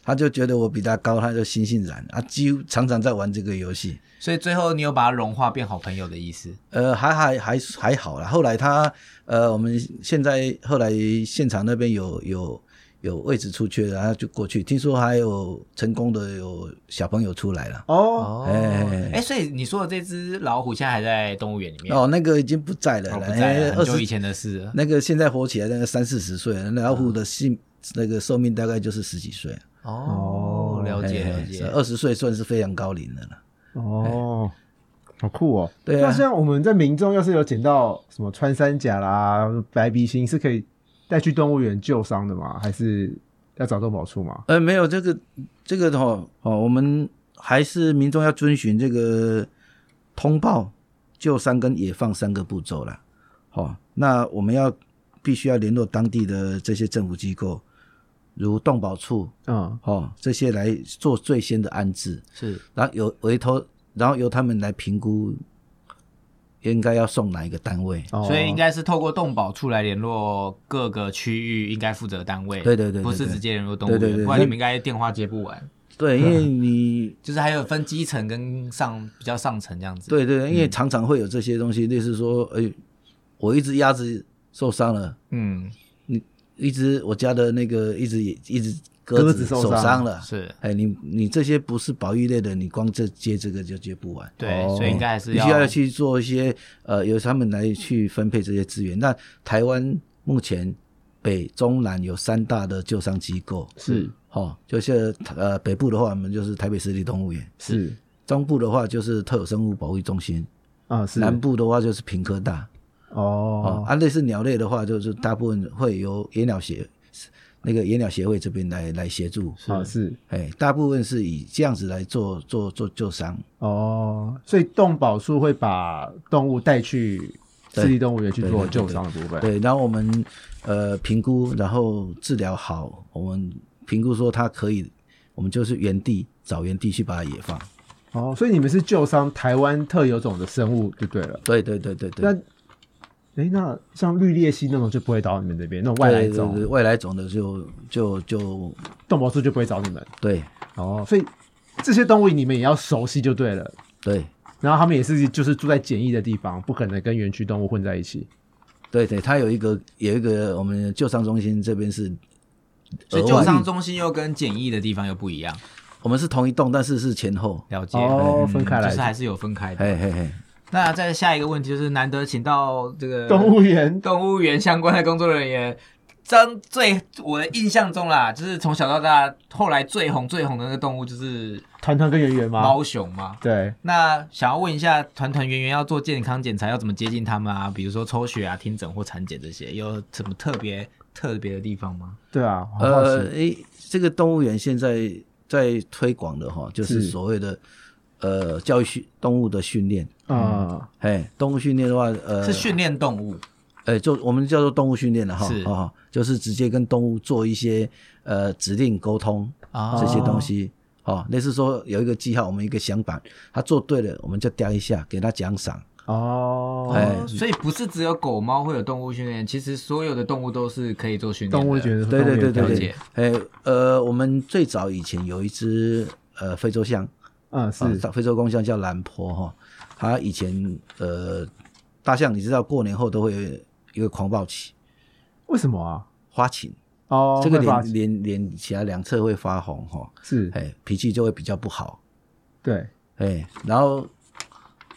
Speaker 3: 他就觉得我比他高，他就心性然啊，几乎常常在玩这个游戏。
Speaker 1: 所以最后你有把他融化变好朋友的意思？
Speaker 3: 呃，还还还还好啦。后来他呃，我们现在后来现场那边有有有位置出缺，然后就过去。听说还有成功的有小朋友出来了。
Speaker 2: 哦，
Speaker 3: 哎
Speaker 1: 哎，所以你说的这只老虎现在还在动物园里面？
Speaker 3: 哦，那个已经不在了
Speaker 1: 哦，
Speaker 3: 啦，哎
Speaker 1: 不在了，很
Speaker 3: 二
Speaker 1: 久以
Speaker 3: 十
Speaker 1: 前的事了。嗯
Speaker 3: 那个现在活起来那个三四十岁了，那老虎的性那个寿命大概就是十几岁了，
Speaker 1: 哦，了解了解。
Speaker 3: 哎二十岁算是非常高龄的了。
Speaker 2: 哦，好酷哦！
Speaker 3: 对啊
Speaker 2: 那像我们在民众要是有捡到什么穿山甲啦、白鼻星，是可以带去动物园救伤的吗？还是要找动保处吗？
Speaker 3: 呃，没有这个这个的哦哦，我们还是民众要遵循这个通报、救伤跟野放三个步骤啦。哦，那我们要必须要联络当地的这些政府机构，如动保处
Speaker 2: 嗯，
Speaker 3: 哦这些来做最先的安置，
Speaker 1: 是
Speaker 3: 然后由委托，然后由他们来评估应该要送哪一个单位。
Speaker 2: 哦
Speaker 1: 所以应该是透过动保处来联络各个区域应该负责的单位，
Speaker 3: 对对对对
Speaker 1: 不是
Speaker 3: 对
Speaker 1: 直接联络动物
Speaker 3: 对对
Speaker 1: 园，
Speaker 3: 对
Speaker 1: 不然你
Speaker 3: 那
Speaker 1: 们应该电话接不完。
Speaker 3: 对，因为你
Speaker 1: 就是还有分基层跟上比较上层这样子。，
Speaker 3: 对对，因为常常会有这些东西，类似说，哎，我一只鸭子受伤了，
Speaker 1: 嗯，
Speaker 3: 一只我家的那个一只也一只
Speaker 2: 鸽
Speaker 3: 鸽
Speaker 2: 子
Speaker 3: 子
Speaker 2: 受
Speaker 3: 受
Speaker 2: 伤
Speaker 3: 伤了，
Speaker 1: 是
Speaker 3: 哎，你你这些不是保育类的，你光这接这个就接不完。
Speaker 1: 对，
Speaker 2: 哦
Speaker 1: 所以应该还是
Speaker 3: 必须要去做一些呃，由他们来去分配这些资源。那台湾目前北中南有三大的救伤机构，
Speaker 2: 是
Speaker 3: 哦，就是呃北部的话，我们就是台北市立动物园；
Speaker 2: 是
Speaker 3: 中部的话就是特有生物保育中心；
Speaker 2: 啊是
Speaker 3: 南部的话就是平科大。
Speaker 2: 哦，
Speaker 3: 哦啊，类似鸟类的话，就是大部分会由野鸟协那个野鸟协会这边来来协助，
Speaker 2: 啊是
Speaker 3: 哎，大部分是以这样子来做做做救伤。
Speaker 2: 哦，所以动保处会把动物带去
Speaker 3: 对
Speaker 2: 私立动物园去做
Speaker 3: 对对对
Speaker 2: 救伤的部分。
Speaker 3: 对，然后我们呃评估，然后治疗好，我们评估说它可以，我们就是原地找原地去把它野放。
Speaker 2: 哦，所以你们是救伤台湾特有种的生物就对了。
Speaker 3: 对对对对
Speaker 2: 那
Speaker 3: 对，
Speaker 2: 哎，那像绿鬣蜥那种就不会找你们这边，那种外来
Speaker 3: 对对对
Speaker 2: 种
Speaker 3: 外来种的就就就
Speaker 2: 动保处就不会找你们。
Speaker 3: 对
Speaker 2: 哦，所以这些动物你们也要熟悉就对了。
Speaker 3: 对
Speaker 2: 然后他们也是就是住在简易的地方，不可能跟园区动物混在一起。
Speaker 3: 对对，它有一个有一个我们救伤中心这边是
Speaker 1: 所
Speaker 3: 额外，
Speaker 1: 以救伤中心又跟简易的地方又不一样，
Speaker 3: 我们是同一栋，但是是前后。
Speaker 1: 了解。
Speaker 2: 哦，
Speaker 1: 嗯
Speaker 2: 分开
Speaker 1: 就是还
Speaker 2: 来。
Speaker 1: 是有分开的。
Speaker 3: 嘿嘿嘿，
Speaker 1: 那再下一个问题就是，难得请到这个
Speaker 2: 动物园
Speaker 1: 动物园相关的工作人员，张最我的印象中啦，就是从小到大，后来最红最红的那个动物就是
Speaker 2: 团团跟圆圆吗？
Speaker 1: 猫熊嘛。
Speaker 2: 对，
Speaker 1: 那想要问一下，团团圆圆要做健康检查，要怎么接近他们啊？比如说抽血啊、听诊或产检这些，有什么特别特别的地方吗？
Speaker 2: 对啊，好好
Speaker 3: 呃，
Speaker 2: 奇。
Speaker 3: 诶，这个动物园现在在推广的哈，就是
Speaker 2: 是
Speaker 3: 所谓的呃教育训动物的训练。
Speaker 2: 啊，
Speaker 3: 哎，动物训练的话，呃，
Speaker 1: 是训练动物，
Speaker 3: 呃，就我们叫做动物训练了哈
Speaker 1: 是，
Speaker 3: 哦，就是直接跟动物做一些呃指令沟通
Speaker 1: 啊
Speaker 3: 这些东西，哦，类似说有一个记号，我们一个响板，他做对了，我们就雕一下，给他奖赏，
Speaker 2: 哦，
Speaker 3: 哎
Speaker 1: 哦，所以不是只有狗猫会有动物训练，其实所有的动物都是可以做训练的。
Speaker 2: 动物觉得
Speaker 3: 对对对
Speaker 1: 了
Speaker 3: 对
Speaker 1: 解
Speaker 3: 对，哎，呃，我们最早以前有一只呃非洲象，
Speaker 2: 嗯
Speaker 3: 啊
Speaker 2: 是，
Speaker 3: 非洲公象叫兰坡哈、它以前呃，大象你知道过年后都会有一个狂暴期，
Speaker 2: 为什么啊？
Speaker 3: 发情，
Speaker 2: 哦，
Speaker 3: 这个
Speaker 2: 会发
Speaker 3: 脸脸脸起来两侧会发红哈、
Speaker 2: 是，
Speaker 3: 哎，脾气就会比较不好，
Speaker 2: 对，
Speaker 3: 哎，然后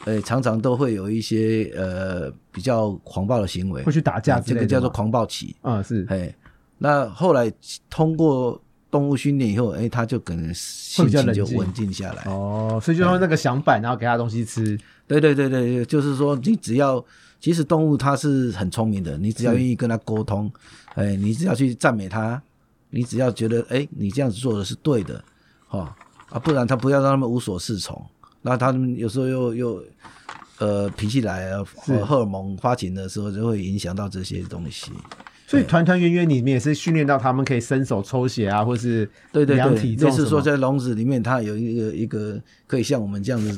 Speaker 3: 哎常常都会有一些呃比较狂暴的行为，
Speaker 2: 会去打架
Speaker 3: 哎
Speaker 2: 之
Speaker 3: 这
Speaker 2: 类的
Speaker 3: 个叫做
Speaker 2: 吗
Speaker 3: 狂暴期，
Speaker 2: 嗯是，
Speaker 3: 哎，那后来通过动物训练以后，哎，它就可能
Speaker 2: 会
Speaker 3: 性
Speaker 2: 比较
Speaker 3: 情
Speaker 2: 冷
Speaker 3: 就
Speaker 2: 静
Speaker 3: 稳定下来，
Speaker 2: 哦，所以就用那个响板，然后给它东西吃。
Speaker 3: 对对对对，就是说你只要，其实动物它是很聪明的，你只要
Speaker 2: 是
Speaker 3: 愿意跟它沟通，哎，你只要去赞美它，你只要觉得哎你这样子做的是对的，哦啊，不然它不要让它们无所适从，那它们有时候又又呃脾气来啊，
Speaker 2: 是
Speaker 3: 荷尔蒙发情的时候就会影响到这些东西。哎
Speaker 2: 所以团团圆圆，你们也是训练到他们可以伸手抽血啊，或是
Speaker 3: 对对
Speaker 2: 量
Speaker 3: 对
Speaker 2: 体，重
Speaker 3: 类
Speaker 2: 什么，
Speaker 3: 似说在笼子里面，它有一个一个可以像我们这样子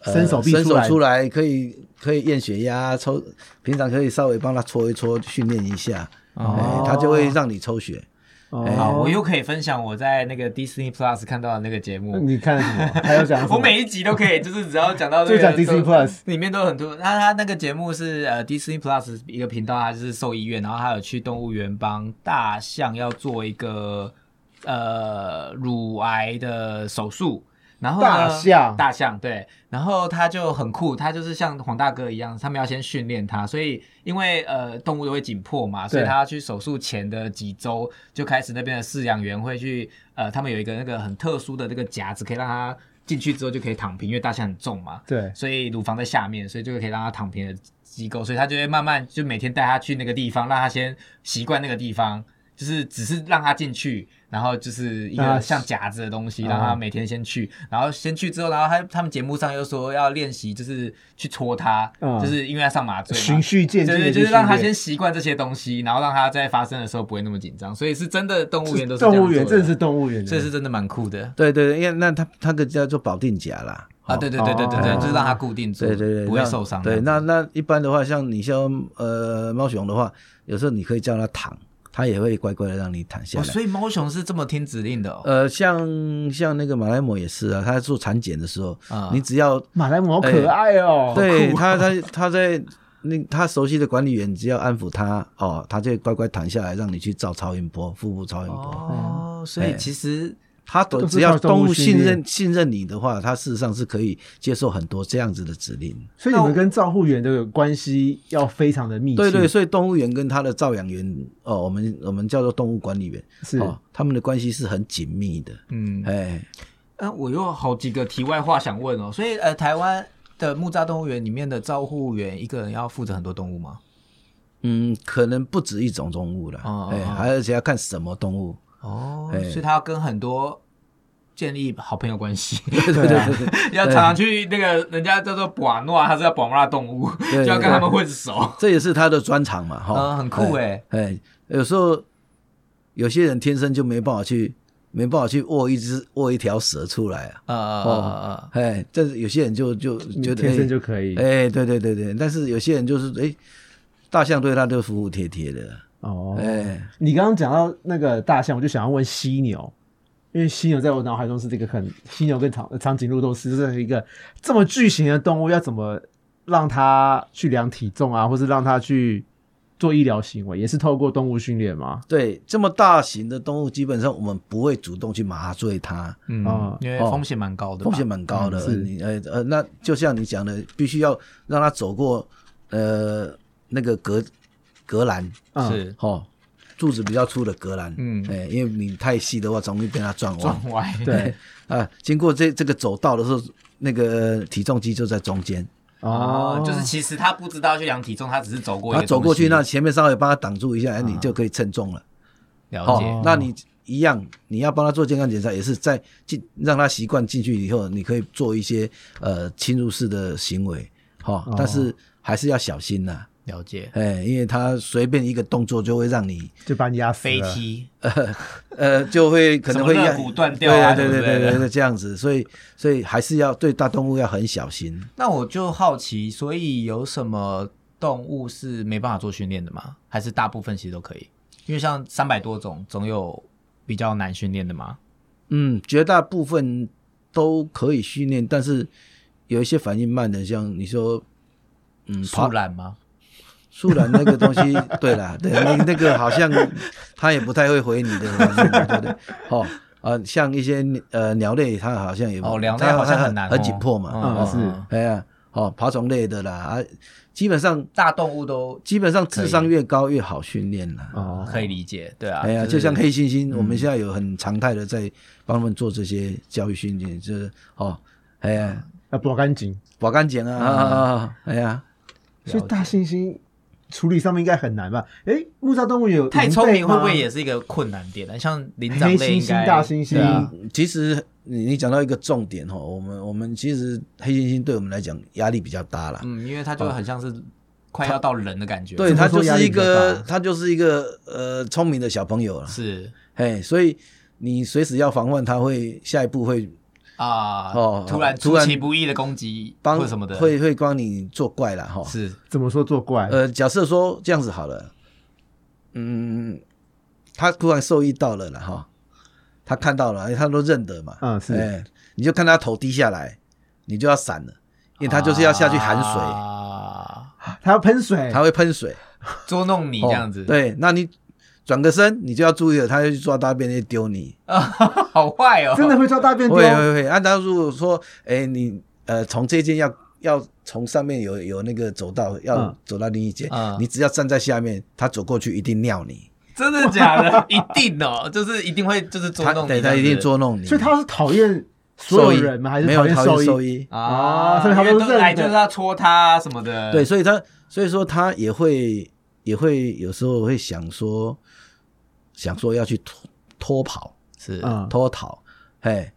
Speaker 3: 呃
Speaker 2: 伸手臂
Speaker 3: 伸
Speaker 2: 出
Speaker 3: 手
Speaker 2: 来
Speaker 3: 出来可以可以验血压，抽平常可以稍微帮他搓一搓，训练一下，哎，他就会让你抽血。哎
Speaker 2: 哦
Speaker 1: 好，我又可以分享我在那个 Disney Plus 看到的那个节目。
Speaker 2: 你看了什么？还有讲什么？
Speaker 1: 我每一集都可以，就是只要讲到这
Speaker 2: 就
Speaker 1: 个
Speaker 2: 讲 Disney Plus
Speaker 1: 里面都有很多。那他那个节目是呃 Disney Plus 一个频道，他就是兽医院，然后他有去动物园帮大象要做一个呃乳癌的手术。然后呢
Speaker 2: 大象
Speaker 1: 大象对，然后他就很酷，他就是像黄大哥一样，他们要先训练他，所以因为呃动物都会紧迫嘛，所以
Speaker 2: 对
Speaker 1: 他要去手术前的几周就开始那边的饲养员会去呃，他们有一个那个很特殊的那个夹子，可以让他进去之后就可以躺平，因为大象很重嘛，
Speaker 2: 对，
Speaker 1: 所以乳房在下面，所以就可以让他躺平的机构，所以他就会慢慢就每天带他去那个地方，让他先习惯那个地方，就是只是让他进去，然后就是一
Speaker 2: 让
Speaker 1: 个
Speaker 2: 他
Speaker 1: 像夹子的东西，
Speaker 2: 嗯
Speaker 1: 让他每天先去，然后先去之后，然后他他们节目上又说要练习，就是去戳他，
Speaker 2: 嗯
Speaker 1: 就是因为他上麻醉嘛
Speaker 2: 循，序渐进
Speaker 1: 对对，
Speaker 2: 地去
Speaker 1: 就是让他
Speaker 2: 训
Speaker 1: 先
Speaker 2: 练
Speaker 1: 习惯这些东西，然后让他在发生的时候不会那么紧张，所以是真的动物园都是
Speaker 2: 动物园，
Speaker 1: 这样
Speaker 2: 真的
Speaker 1: 做
Speaker 2: 是
Speaker 1: 的，
Speaker 2: 动物园的，
Speaker 1: 这是真的蛮酷的。
Speaker 3: 对对对，因为那他他个叫做保定夹啦。
Speaker 1: 啊，对对对对对对，
Speaker 2: 哦
Speaker 1: 就是让他固定住，
Speaker 3: 对对对，
Speaker 1: 不会
Speaker 3: 那
Speaker 1: 受伤这样啊
Speaker 3: 对，
Speaker 1: 子。
Speaker 3: 那那一般的话，像你像呃猫熊的话，有时候你可以叫它躺，它也会乖乖的让你躺下
Speaker 1: 哦，
Speaker 3: 来。
Speaker 1: 所以猫熊是这么听指令的、哦。
Speaker 3: 呃，像像那个马来貘也是啊，它做产检的时候，
Speaker 1: 啊
Speaker 3: 你只要
Speaker 2: 马来貘好可爱哦，
Speaker 3: 对它它它在那它熟悉的管理员，只要安抚它哦，它就乖乖躺下来，让你去照超音波、腹部超音波。
Speaker 1: 哦，所以
Speaker 3: 哎
Speaker 1: 其实
Speaker 3: 它
Speaker 2: 都
Speaker 3: 都
Speaker 2: 是
Speaker 3: 只要
Speaker 2: 靠动物
Speaker 3: 动物
Speaker 2: 训
Speaker 3: 信
Speaker 2: 练
Speaker 3: 任信任你的话，它事实上是可以接受很多这样子的指令。
Speaker 2: 所以你们跟照护员的关系要非常的密切，
Speaker 3: 对对，所以动物园跟它的照养员哦，我们我们叫做动物管理员，
Speaker 2: 是
Speaker 3: 哦，他们的关系是很紧密的。
Speaker 1: 嗯，
Speaker 3: 哎，
Speaker 1: 那我有好几个题外话想问哦。所以呃，台湾的木栅动物园里面的照护员一个人要负责很多动物
Speaker 3: 哦
Speaker 1: 吗？
Speaker 3: 嗯，可能不止一种动物了，
Speaker 1: 哦
Speaker 3: 哎，
Speaker 1: 哦哦
Speaker 3: 还而且要看什么动物。
Speaker 1: 哦，
Speaker 3: 哎
Speaker 1: 所以他要跟很多建立好朋友关系，
Speaker 3: [laughs] 对对对
Speaker 1: [laughs]
Speaker 3: 对对，
Speaker 1: 要常常去那个人家叫做瓦诺，啊他是要瓦诺动物，[laughs] 就
Speaker 3: 对
Speaker 1: 要跟他们混熟。
Speaker 3: 这也是他的专长嘛，哈，
Speaker 1: 嗯，很酷
Speaker 3: 哎
Speaker 1: 哎。
Speaker 3: 哎，有时候有些人天生就没办法去，没办法去握一只握一条蛇出来啊。
Speaker 1: 呃呃呃
Speaker 3: 哎，但是有些人就就
Speaker 2: 你
Speaker 3: 觉得
Speaker 2: 嗯天
Speaker 3: 哎
Speaker 2: 生就可以
Speaker 3: 哎，对对对对，但是有些人就是哎，大象对他就服服帖帖的，
Speaker 2: 哦。
Speaker 3: 哎，
Speaker 2: 你刚刚讲到那个大象，我就想要问犀牛，因为犀牛在我脑海中是这个很犀牛跟长长颈鹿都是这是一个这么巨型的动物，要怎么让它去量体重啊，或是让它去做医疗行为，也是透过动物训练吗？
Speaker 3: 对，这么大型的动物，基本上我们不会主动去麻醉它，
Speaker 1: 嗯
Speaker 2: 哦
Speaker 1: 因为
Speaker 3: 哦
Speaker 1: 风险蛮高的吧，
Speaker 3: 风险蛮高的。
Speaker 2: 嗯是
Speaker 3: 你呃呃，那就像你讲的，必须要让它走过呃那个隔隔栏，
Speaker 2: 嗯、
Speaker 1: 是
Speaker 3: 哦，柱子比较粗的隔栏，
Speaker 1: 嗯
Speaker 3: 哎，因为你太细的话，容易被它撞
Speaker 1: 撞
Speaker 3: 弯。
Speaker 1: 歪。
Speaker 2: 对，
Speaker 3: 啊，经过这这个走道的时候，那个呃体重机就在中间，
Speaker 1: 哦，就是其实他不知道去量体重，他只是走过一
Speaker 3: 它
Speaker 1: 个
Speaker 3: 走过去，
Speaker 1: 东
Speaker 3: 那
Speaker 1: 西
Speaker 3: 前面稍微帮它挡住一下，哎你
Speaker 1: 啊
Speaker 3: 就可以称重了。
Speaker 1: 了解。
Speaker 3: 哦，那你一样，你要帮他做健康检查，也是在进让他习惯进去以后，你可以做一些呃侵入式的行为，哈、
Speaker 2: 哦
Speaker 3: 但是还是要小心呐、
Speaker 1: 了解。
Speaker 3: 哎，因为他随便一个动作就会让你
Speaker 2: 就把你压死
Speaker 1: 飞
Speaker 2: 了。
Speaker 1: 踢，
Speaker 3: 呃
Speaker 1: [laughs]
Speaker 3: 就会可能会
Speaker 1: 什么
Speaker 3: 让
Speaker 1: 肋骨断掉啊
Speaker 3: 对对
Speaker 1: 什么之类
Speaker 3: 对
Speaker 1: 的
Speaker 3: 对对，这样子，所以所以还是要对大动物要很小心。
Speaker 1: 那我就好奇，所以有什么动物是没办法做训练的吗？还是大部分其实都可以？因为像三百多种，总有比较难训练的嘛。
Speaker 3: 嗯，绝大部分都可以训练，但是有一些反应慢的，像你说，嗯，爬
Speaker 1: 树懒吗？
Speaker 3: 树懒那个东
Speaker 1: [laughs]
Speaker 3: 西，对啦，对，那那个好像它也不太会回你的，对不对？哦，啊、像一些呃鸟类，它好像也
Speaker 1: 哦，两类好像很难哦，
Speaker 3: 它很紧迫嘛，
Speaker 1: 嗯
Speaker 3: 哦，
Speaker 2: 是
Speaker 3: 哎呀，哦，爬虫类的啦，啊，基本上
Speaker 1: 大动物都
Speaker 3: 基本上智商越高越好训练啦。
Speaker 2: 哦，
Speaker 1: 可以理解，对嗯啊。
Speaker 3: 哎呀，
Speaker 1: 是
Speaker 3: 就像黑猩猩，我们现在有很常态的在帮他们做这些教育训练，就是哦，哎呀，
Speaker 2: 要保干净。
Speaker 3: 保干净啊啊，啊啊哎呀，
Speaker 2: 所以大猩猩处理上面应该很难吧？诶，木栅动物园有
Speaker 1: 太聪明会不会也
Speaker 2: 是
Speaker 1: 是一个困难点呢？像灵长
Speaker 2: 黑
Speaker 1: 类
Speaker 2: 猩
Speaker 1: 应该
Speaker 2: 猩、大猩
Speaker 1: 对啊
Speaker 2: 猩？
Speaker 3: 其实你你讲到一个重点哈，我们我们其实黑猩猩对我们来讲压力比较大啦。
Speaker 1: 嗯，因为它
Speaker 3: 哦
Speaker 1: 就很像是快要到人的感觉，
Speaker 3: 对
Speaker 2: 怎么
Speaker 3: 他
Speaker 2: 说
Speaker 3: 就是
Speaker 2: 压力
Speaker 3: 一
Speaker 2: 比较
Speaker 3: 个
Speaker 2: 大
Speaker 3: 他就是一个呃聪明的小朋友了，
Speaker 1: 是
Speaker 3: 嘿，所以你随时要防范他会下一步会
Speaker 1: 啊，
Speaker 3: 哦
Speaker 1: 突然
Speaker 3: 突
Speaker 1: 出
Speaker 3: 然
Speaker 1: 其不意的攻击
Speaker 3: 帮
Speaker 1: 或什么的，
Speaker 3: 会会帮你作怪啦。哈。
Speaker 1: 是
Speaker 2: 怎么说作怪？
Speaker 3: 呃，假设说这样子好了，嗯，他突然受益到了了哈，他看到了，因为他都认得嘛，
Speaker 2: 嗯是
Speaker 3: 哎你就看他头低下来，你就要闪了，因为他就是要下去含水，
Speaker 1: 啊
Speaker 2: 他要喷水，
Speaker 3: 他会喷水，
Speaker 1: 捉弄你
Speaker 3: 哦
Speaker 1: 这样子，
Speaker 3: 对，那你转个身，你就要注意了，他要去抓大便，就丢你，
Speaker 1: 啊， [laughs] 好坏哦，
Speaker 2: 真的会抓大便丢
Speaker 3: 会。会会，啊，他如果说，哎，你呃，从这间要。要从上面有有那个走道，要
Speaker 2: 嗯
Speaker 3: 走到另一间，
Speaker 1: 嗯
Speaker 3: 你只要站在下面，他走过去一定尿你，
Speaker 1: 真的假的？一定哦，就是一定会就是捉
Speaker 3: 他
Speaker 1: 弄
Speaker 3: 对
Speaker 1: 你，
Speaker 3: 他一定捉弄你，
Speaker 2: 所以他是讨厌
Speaker 3: 兽
Speaker 2: 所
Speaker 3: 医
Speaker 2: 有人吗？还是
Speaker 3: 没有
Speaker 2: 厌
Speaker 3: 厌
Speaker 2: 兽
Speaker 3: 兽
Speaker 2: 医？
Speaker 3: 医？
Speaker 1: 啊，
Speaker 3: 哦
Speaker 2: 啊所以他都
Speaker 1: 因为
Speaker 2: 认得
Speaker 1: 哎，就是要戳他什么的，
Speaker 3: 对，所以他所以说他也会也会有时候会想说，想说要去脱脱跑
Speaker 1: 是
Speaker 2: 嗯
Speaker 3: 脱逃，嘿。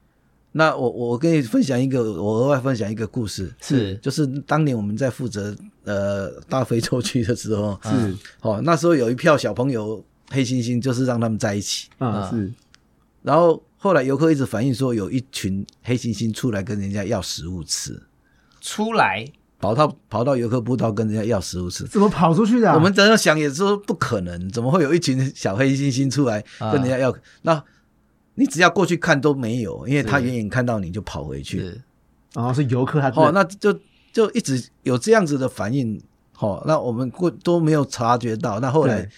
Speaker 3: 那我我跟你分享一个，我额外分享一个故事，
Speaker 1: 是
Speaker 3: 就是当年我们在负责呃大非洲区的时
Speaker 1: 嗯
Speaker 3: 候，
Speaker 2: 是
Speaker 3: 哦，那时候有一票小朋友黑猩猩，就是让他们在一起，
Speaker 2: 嗯是
Speaker 3: 然后后来游客一直反映说，有一群黑猩猩出来跟人家要食物吃，
Speaker 1: 出来
Speaker 3: 跑到跑到游客步道跟人家要食物吃。
Speaker 2: 怎么跑出去的啊？
Speaker 3: 我们怎样想也是说不可能，怎么会有一群小黑猩猩出来
Speaker 1: 啊
Speaker 3: 跟人家要？那你只要过去看都没有，因为
Speaker 1: 是
Speaker 3: 他远远看到你就跑回去。
Speaker 1: 是。
Speaker 2: 然后是游客，他
Speaker 3: 哦，那就就一直有这样子的反应。哦，那我们过都没有察觉到。那后来
Speaker 2: 对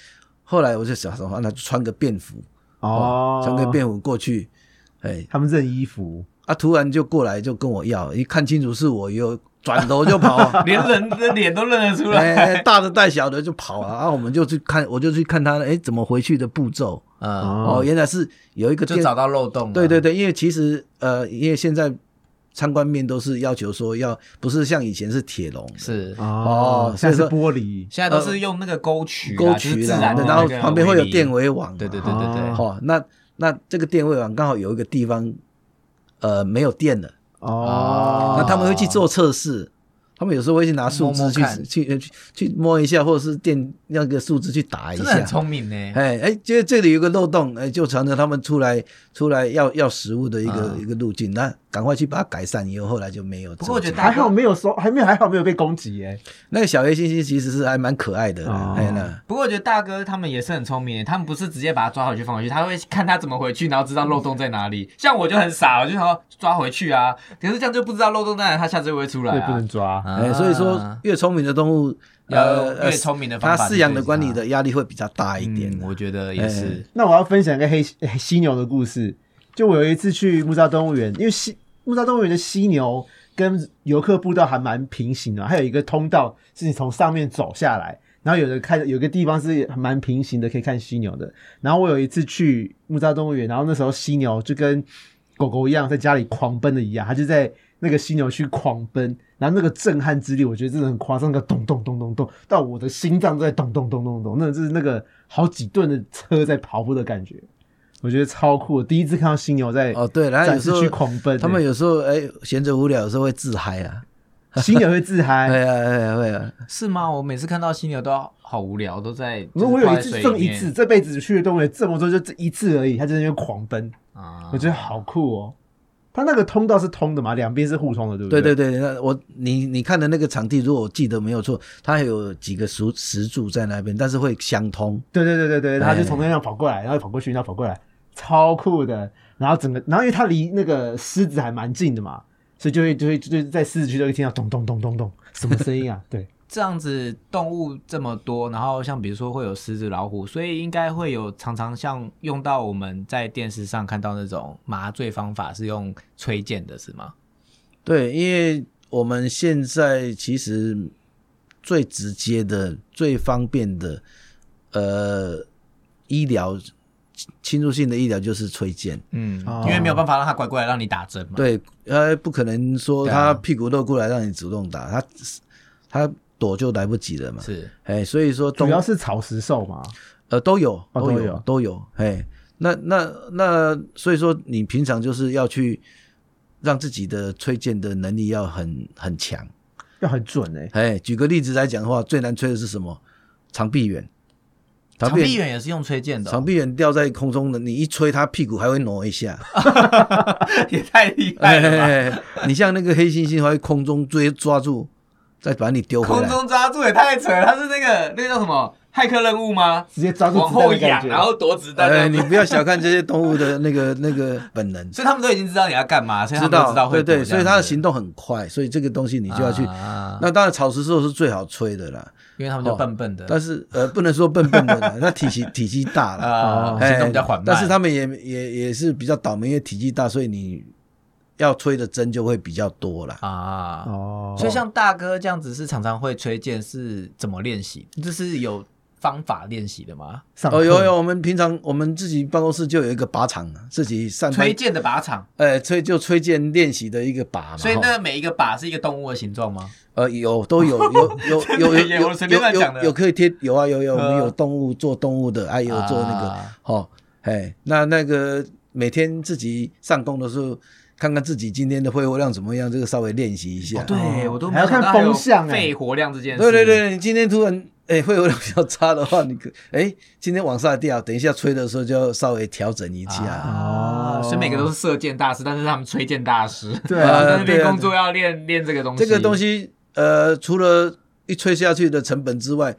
Speaker 3: 后来我就想说，啊那就穿个便服
Speaker 2: 哦
Speaker 3: 穿个便服过去。哎，
Speaker 2: 他们认衣服，
Speaker 3: 啊，突然就过来就跟我要，一看清楚是我，又转头就跑、啊
Speaker 2: [laughs]
Speaker 1: 连人的脸都认得出
Speaker 3: 哎，
Speaker 1: 来，
Speaker 3: 大的带小的就跑了，啊，我们就去看，我就去看他，哎，怎么回去的步骤？
Speaker 1: 嗯，
Speaker 2: 哦
Speaker 3: 哦，原来是有一个
Speaker 1: 就
Speaker 3: 电，
Speaker 1: 找到漏洞了，
Speaker 3: 对对对，因为其实呃，因为现在参观面都是要求说要不是像以前是铁笼的，
Speaker 1: 是。
Speaker 2: 哦
Speaker 3: 哦
Speaker 2: 现在是
Speaker 3: 所以
Speaker 2: 玻
Speaker 3: 说
Speaker 2: 璃，
Speaker 1: 现在都是用那个沟渠啊，
Speaker 3: 沟
Speaker 1: 就是
Speaker 3: 渠
Speaker 1: 自
Speaker 3: 啦，
Speaker 1: 然的
Speaker 3: 然后
Speaker 1: 那个
Speaker 3: 旁边会有
Speaker 1: 围篱
Speaker 3: 电围网嘛，啊
Speaker 1: 对对对对对，
Speaker 2: 哦
Speaker 3: 哦，那那这个电围网刚好有一个地方呃没有电了，
Speaker 2: 哦，
Speaker 3: 那他们会去做测试。他们有时候会去拿树枝
Speaker 1: 摸摸
Speaker 3: 去
Speaker 1: 看
Speaker 3: 去去去摸一下，或者是电那个树枝去打一
Speaker 1: 真的很
Speaker 3: 下，
Speaker 1: 聪明呢。
Speaker 3: 哎哎，觉得这里有个漏洞，哎，就藏着他们出来出来要要食物的一个、
Speaker 1: 嗯
Speaker 3: 一个路径，那赶快去把它改善，以后后来就没有。
Speaker 1: 不过我觉得大
Speaker 2: 还好没有收，还没有还好没有被攻击耶，
Speaker 3: 那个小黑猩猩其实是还蛮可爱的，
Speaker 2: 哦
Speaker 3: 哎那
Speaker 1: 不过我觉得大哥他们也是很聪明的，他们不是直接把他抓回去放回去，他会看他怎么回去，然后知道漏洞在哪里。像我就很傻，我就想要抓回去啊，可是这样就不知道漏洞在哪里，他下次会不会出来
Speaker 2: 所以不
Speaker 1: 啊
Speaker 2: 能？抓。
Speaker 1: 啊
Speaker 3: 哎，所以说越聪明的动物，
Speaker 1: 要
Speaker 3: 呃
Speaker 1: 越
Speaker 3: 呃
Speaker 1: 聪明的方
Speaker 3: 它
Speaker 1: 法
Speaker 3: 饲养
Speaker 1: 去对
Speaker 3: 的
Speaker 1: 付
Speaker 3: 管理
Speaker 1: 它
Speaker 3: 的压力会比较大一点
Speaker 1: 啊
Speaker 3: 啊
Speaker 1: 嗯，。我觉得也是。
Speaker 2: 那我要分享一个黑黑犀牛的故事。就我有一次去木栅动物园，因为犀木栅动物园的犀牛跟游客步道还蛮平行的，还有一个通道是你从上面走下来，然后有的看有个地方是蛮平行的，可以看犀牛的。然后我有一次去木栅动物园，然后那时候犀牛就跟狗狗一样在家里狂奔的一样，它就在那个犀牛区狂奔，然后那个震撼之力，我觉得真的很夸张，那个咚咚咚咚咚，到我的心脏都在咚咚咚咚咚，那就是那个好几吨的车在跑步的感觉，我觉得超酷。第一次看到犀牛在
Speaker 3: 哦，对，然后
Speaker 2: 展
Speaker 3: 有时
Speaker 2: 示区
Speaker 3: 候
Speaker 2: 狂奔、
Speaker 3: 他们有时候哎闲着无聊，有时候会自嗨啊，
Speaker 2: 有犀牛会自
Speaker 3: 哎
Speaker 2: 嗨。
Speaker 3: 呀哎呀会啊，
Speaker 1: 是吗？我每次看到犀牛都好无聊，都在。就是
Speaker 2: 我有
Speaker 1: 泡
Speaker 2: 一
Speaker 1: 在
Speaker 2: 次
Speaker 1: 水里
Speaker 2: 这一
Speaker 1: 面
Speaker 2: 次，这辈子去的动物园这么多就这一次而已，它就在那边狂奔，
Speaker 1: 啊
Speaker 2: 我觉得
Speaker 3: 嗯
Speaker 2: 好酷哦。它那个通道是通的嘛，两边是互通的，对不
Speaker 3: 对
Speaker 2: 对
Speaker 3: 对对，那我你你看的那个场地，如果我记得没有错，它有几个石石柱在那边，但是会相通。
Speaker 2: 对对对对对，
Speaker 3: 哎
Speaker 2: 他就从那样跑过来，然后跑过去，然后跑过来，超酷的。然后整个，然后因为他离那个狮子还蛮近的嘛，所以就会就会就是在狮子区都会听到咚咚咚咚咚什么声音
Speaker 3: [laughs]
Speaker 2: 啊？对，
Speaker 1: 这样子动物这么多，然后像比如说会有狮子、老虎，所以应该会有常常像用到我们在电视上看到那种麻醉方法是用吹剑的，是吗？
Speaker 3: 对，因为我们现在其实最直接的、最方便的，呃，医疗侵入性的医疗就是吹剑。
Speaker 1: 嗯
Speaker 2: 哦，
Speaker 1: 因为没有办法让它拐过来让你打针嘛。，
Speaker 3: 对，呃，不可能说
Speaker 1: 对啊
Speaker 3: 他屁股露过来让你主动打，他他躲就来不及了嘛。
Speaker 1: 是
Speaker 3: 哎，所以说
Speaker 2: 主
Speaker 3: 动
Speaker 2: 要是草食兽嘛。
Speaker 3: 呃，都有，
Speaker 2: 哦
Speaker 3: 都
Speaker 2: 都
Speaker 3: 有
Speaker 2: 有，
Speaker 3: 都有。哎，那那那，所以说你平常就是要去让自己的吹剑的能力要很很强。
Speaker 2: 要很准哎、
Speaker 3: 哎，举个例子来讲的话，最难吹的是什么？长臂猿。长
Speaker 1: 长臂
Speaker 3: 臂
Speaker 1: 猿也是用吹箭的哦、
Speaker 3: 长臂猿吊在空中的，你一吹它屁股还会挪一下。
Speaker 1: [laughs] 也太厉害
Speaker 3: 哎
Speaker 1: 了吧！
Speaker 3: 哎，哎你像那个黑猩猩，它会空中追抓住，再把你丢回
Speaker 1: 空
Speaker 3: 来。
Speaker 1: 中抓住也太扯了，他是那个那个叫什么骇客任务吗？
Speaker 2: 直接抓住
Speaker 1: 往
Speaker 2: 子弹
Speaker 1: 后
Speaker 2: 的感
Speaker 1: 仰，
Speaker 2: 觉。
Speaker 1: 然后躲子弹。
Speaker 3: 哎，你不要小看这些动物的那个那个本
Speaker 1: [laughs]
Speaker 3: 能，
Speaker 1: 所以他们都已经知道你要干嘛，所以他们
Speaker 3: 知
Speaker 1: 都
Speaker 3: 道
Speaker 1: 知道会
Speaker 3: 对对，
Speaker 1: 躲
Speaker 3: 所以它的
Speaker 1: 这样啊
Speaker 3: 行动很快，所以这个东西你
Speaker 1: 子
Speaker 3: 就要去。哦
Speaker 1: 啊
Speaker 3: 那当然，草食兽是最好吹的啦，
Speaker 1: 因为他们就笨笨的，
Speaker 3: 但是呃，不能说笨笨的啦，它体积体积大
Speaker 1: [laughs]
Speaker 3: 了，
Speaker 1: 啊，
Speaker 3: 哎
Speaker 1: 行动比较缓慢。
Speaker 3: 但是他们也也也是比较倒霉，因为体积大，所以你要吹的针就会比较多啦。
Speaker 1: 啊，
Speaker 2: 哦，
Speaker 1: 所以像大哥这样子是常常会吹剑，是怎么练习？这是有方法练习的吗？
Speaker 2: 上
Speaker 3: 哦，有
Speaker 2: [laughs] 课
Speaker 3: 有，我们平常我们自己办公室就有一个靶场啊，自己上班
Speaker 1: 吹，剑的靶场，
Speaker 3: 呃，吹就吹剑练习的一个靶嘛。
Speaker 1: 所以
Speaker 3: 哈
Speaker 1: 那每一个靶是一个动物的形状吗？
Speaker 3: 呃，有都有有有
Speaker 1: 真的
Speaker 3: 有有
Speaker 1: 耶我
Speaker 3: 有
Speaker 1: 随便乱
Speaker 3: 有
Speaker 1: 讲
Speaker 3: 有
Speaker 1: 的
Speaker 3: 有可以贴有啊有有，我们
Speaker 1: 呃
Speaker 3: 有动物做动物的，还有做那个
Speaker 1: 啊
Speaker 3: 哦，哎，那那个每天自己上工的时候，看看自己今天的肺活量怎么样，这个稍微练习一下。
Speaker 1: 对我都没
Speaker 2: 还要
Speaker 1: 想到
Speaker 2: 看
Speaker 1: 还有
Speaker 2: 风向哎
Speaker 1: 肺活量这件事。
Speaker 3: 对对对，你今天突然哎肺活量比较差的话，你可 [laughs] 哎今天往下掉，等一下吹的时候就要稍微调整一下。
Speaker 1: 啊，
Speaker 2: 哦
Speaker 1: 所以每个都是射箭大师，但是他们吹箭大师。
Speaker 2: 对
Speaker 1: 然
Speaker 2: 啊
Speaker 1: 后在
Speaker 3: 呃
Speaker 1: 那
Speaker 3: 对
Speaker 1: 边
Speaker 3: 啊
Speaker 1: 工作要练练这个东西。
Speaker 3: 这个东西呃，除了一吹下去的成本之外，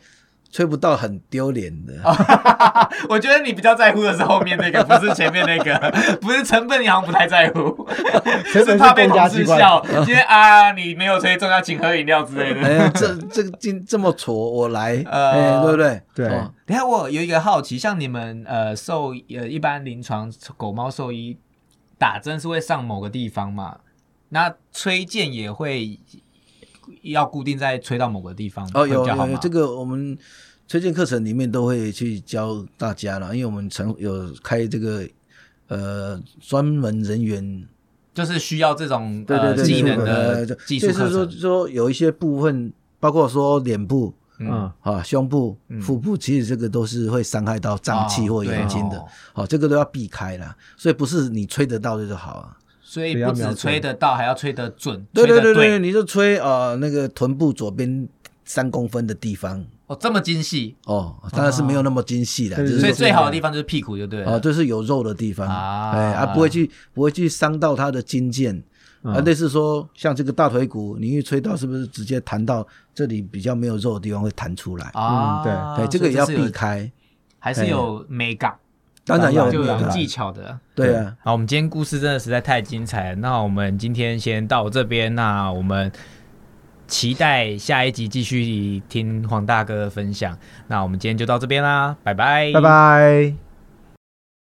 Speaker 3: 吹不到很丢脸的。
Speaker 1: 啊我觉得你比较在乎的是后面那个，不是前面那
Speaker 3: [laughs]
Speaker 1: 个，不是成本，你好像不太在乎， [laughs]
Speaker 2: 成
Speaker 1: 是
Speaker 2: 本是
Speaker 1: 怕被
Speaker 2: 公家
Speaker 1: 同
Speaker 2: 机
Speaker 1: 事
Speaker 2: 关
Speaker 1: 笑，因为啊你没有吹中要请喝饮料之类的。
Speaker 3: 哎呀，这这个今这么挫，我来，
Speaker 1: 呃
Speaker 3: 哎，对不对？
Speaker 2: 对
Speaker 3: 哦
Speaker 1: [laughs] 等一下我有一个好奇，像你们呃兽医呃一般临床狗猫兽医打针是会上某个地方嘛？那吹箭也会要固定在吹到某个地方
Speaker 3: 哦，
Speaker 1: 会比
Speaker 3: 有
Speaker 1: 较好
Speaker 3: 有有
Speaker 1: 吗？
Speaker 3: 这个我们推荐课程里面都会去教大家了，因为我们成有开这个呃专门人员。
Speaker 1: 就是需要这种
Speaker 3: 对对
Speaker 1: 呃
Speaker 3: 对，
Speaker 1: 技
Speaker 3: 对
Speaker 1: 能的
Speaker 3: 呃就
Speaker 1: 技术
Speaker 3: 就是
Speaker 1: 课
Speaker 3: 说
Speaker 1: 程，哦
Speaker 3: 说有一些部分，包括说脸部
Speaker 1: 嗯
Speaker 2: 嗯，
Speaker 3: 啊、胸部、腹部，其实这个都是会伤害到脏器
Speaker 1: 哦
Speaker 3: 或眼睛的
Speaker 1: 对哦，
Speaker 3: 哦，这个都要避开啦。所以不是你吹得到的就好啊。
Speaker 1: 所以不止吹得到，还要吹得准，
Speaker 3: 对对
Speaker 1: 吹得
Speaker 3: 对对，你就吹啊、呃那个臀部左边三公分的地方
Speaker 1: 哦，这么精细，
Speaker 3: 哦，当然是没有那么精细的，
Speaker 2: 对
Speaker 3: 就是
Speaker 1: 所以
Speaker 3: 说
Speaker 1: 最好的地方就是屁股，就对了。
Speaker 3: 哦，就是有肉的地方，
Speaker 1: 啊
Speaker 3: 哎啊，不会去不会去伤到它的筋腱。
Speaker 1: 嗯
Speaker 3: 啊，类似说像这个大腿骨，你一吹到是不是直接弹到这里比较没有肉的地方会弹出来？
Speaker 1: 啊，
Speaker 2: 嗯对
Speaker 3: 哎，这个也要避，
Speaker 1: 所以是有
Speaker 3: 开，
Speaker 1: 还是有美感，
Speaker 3: 当然要
Speaker 1: 就
Speaker 3: 避
Speaker 1: 有
Speaker 3: 开
Speaker 1: 技，巧的。
Speaker 3: 对啊。
Speaker 1: 好，我们今天故事真的实在太精彩了。那我们今天先到这边，那我们期待下一集继续听黄大哥的分享。那我们今天就到这边啦，拜拜，
Speaker 2: 拜。拜。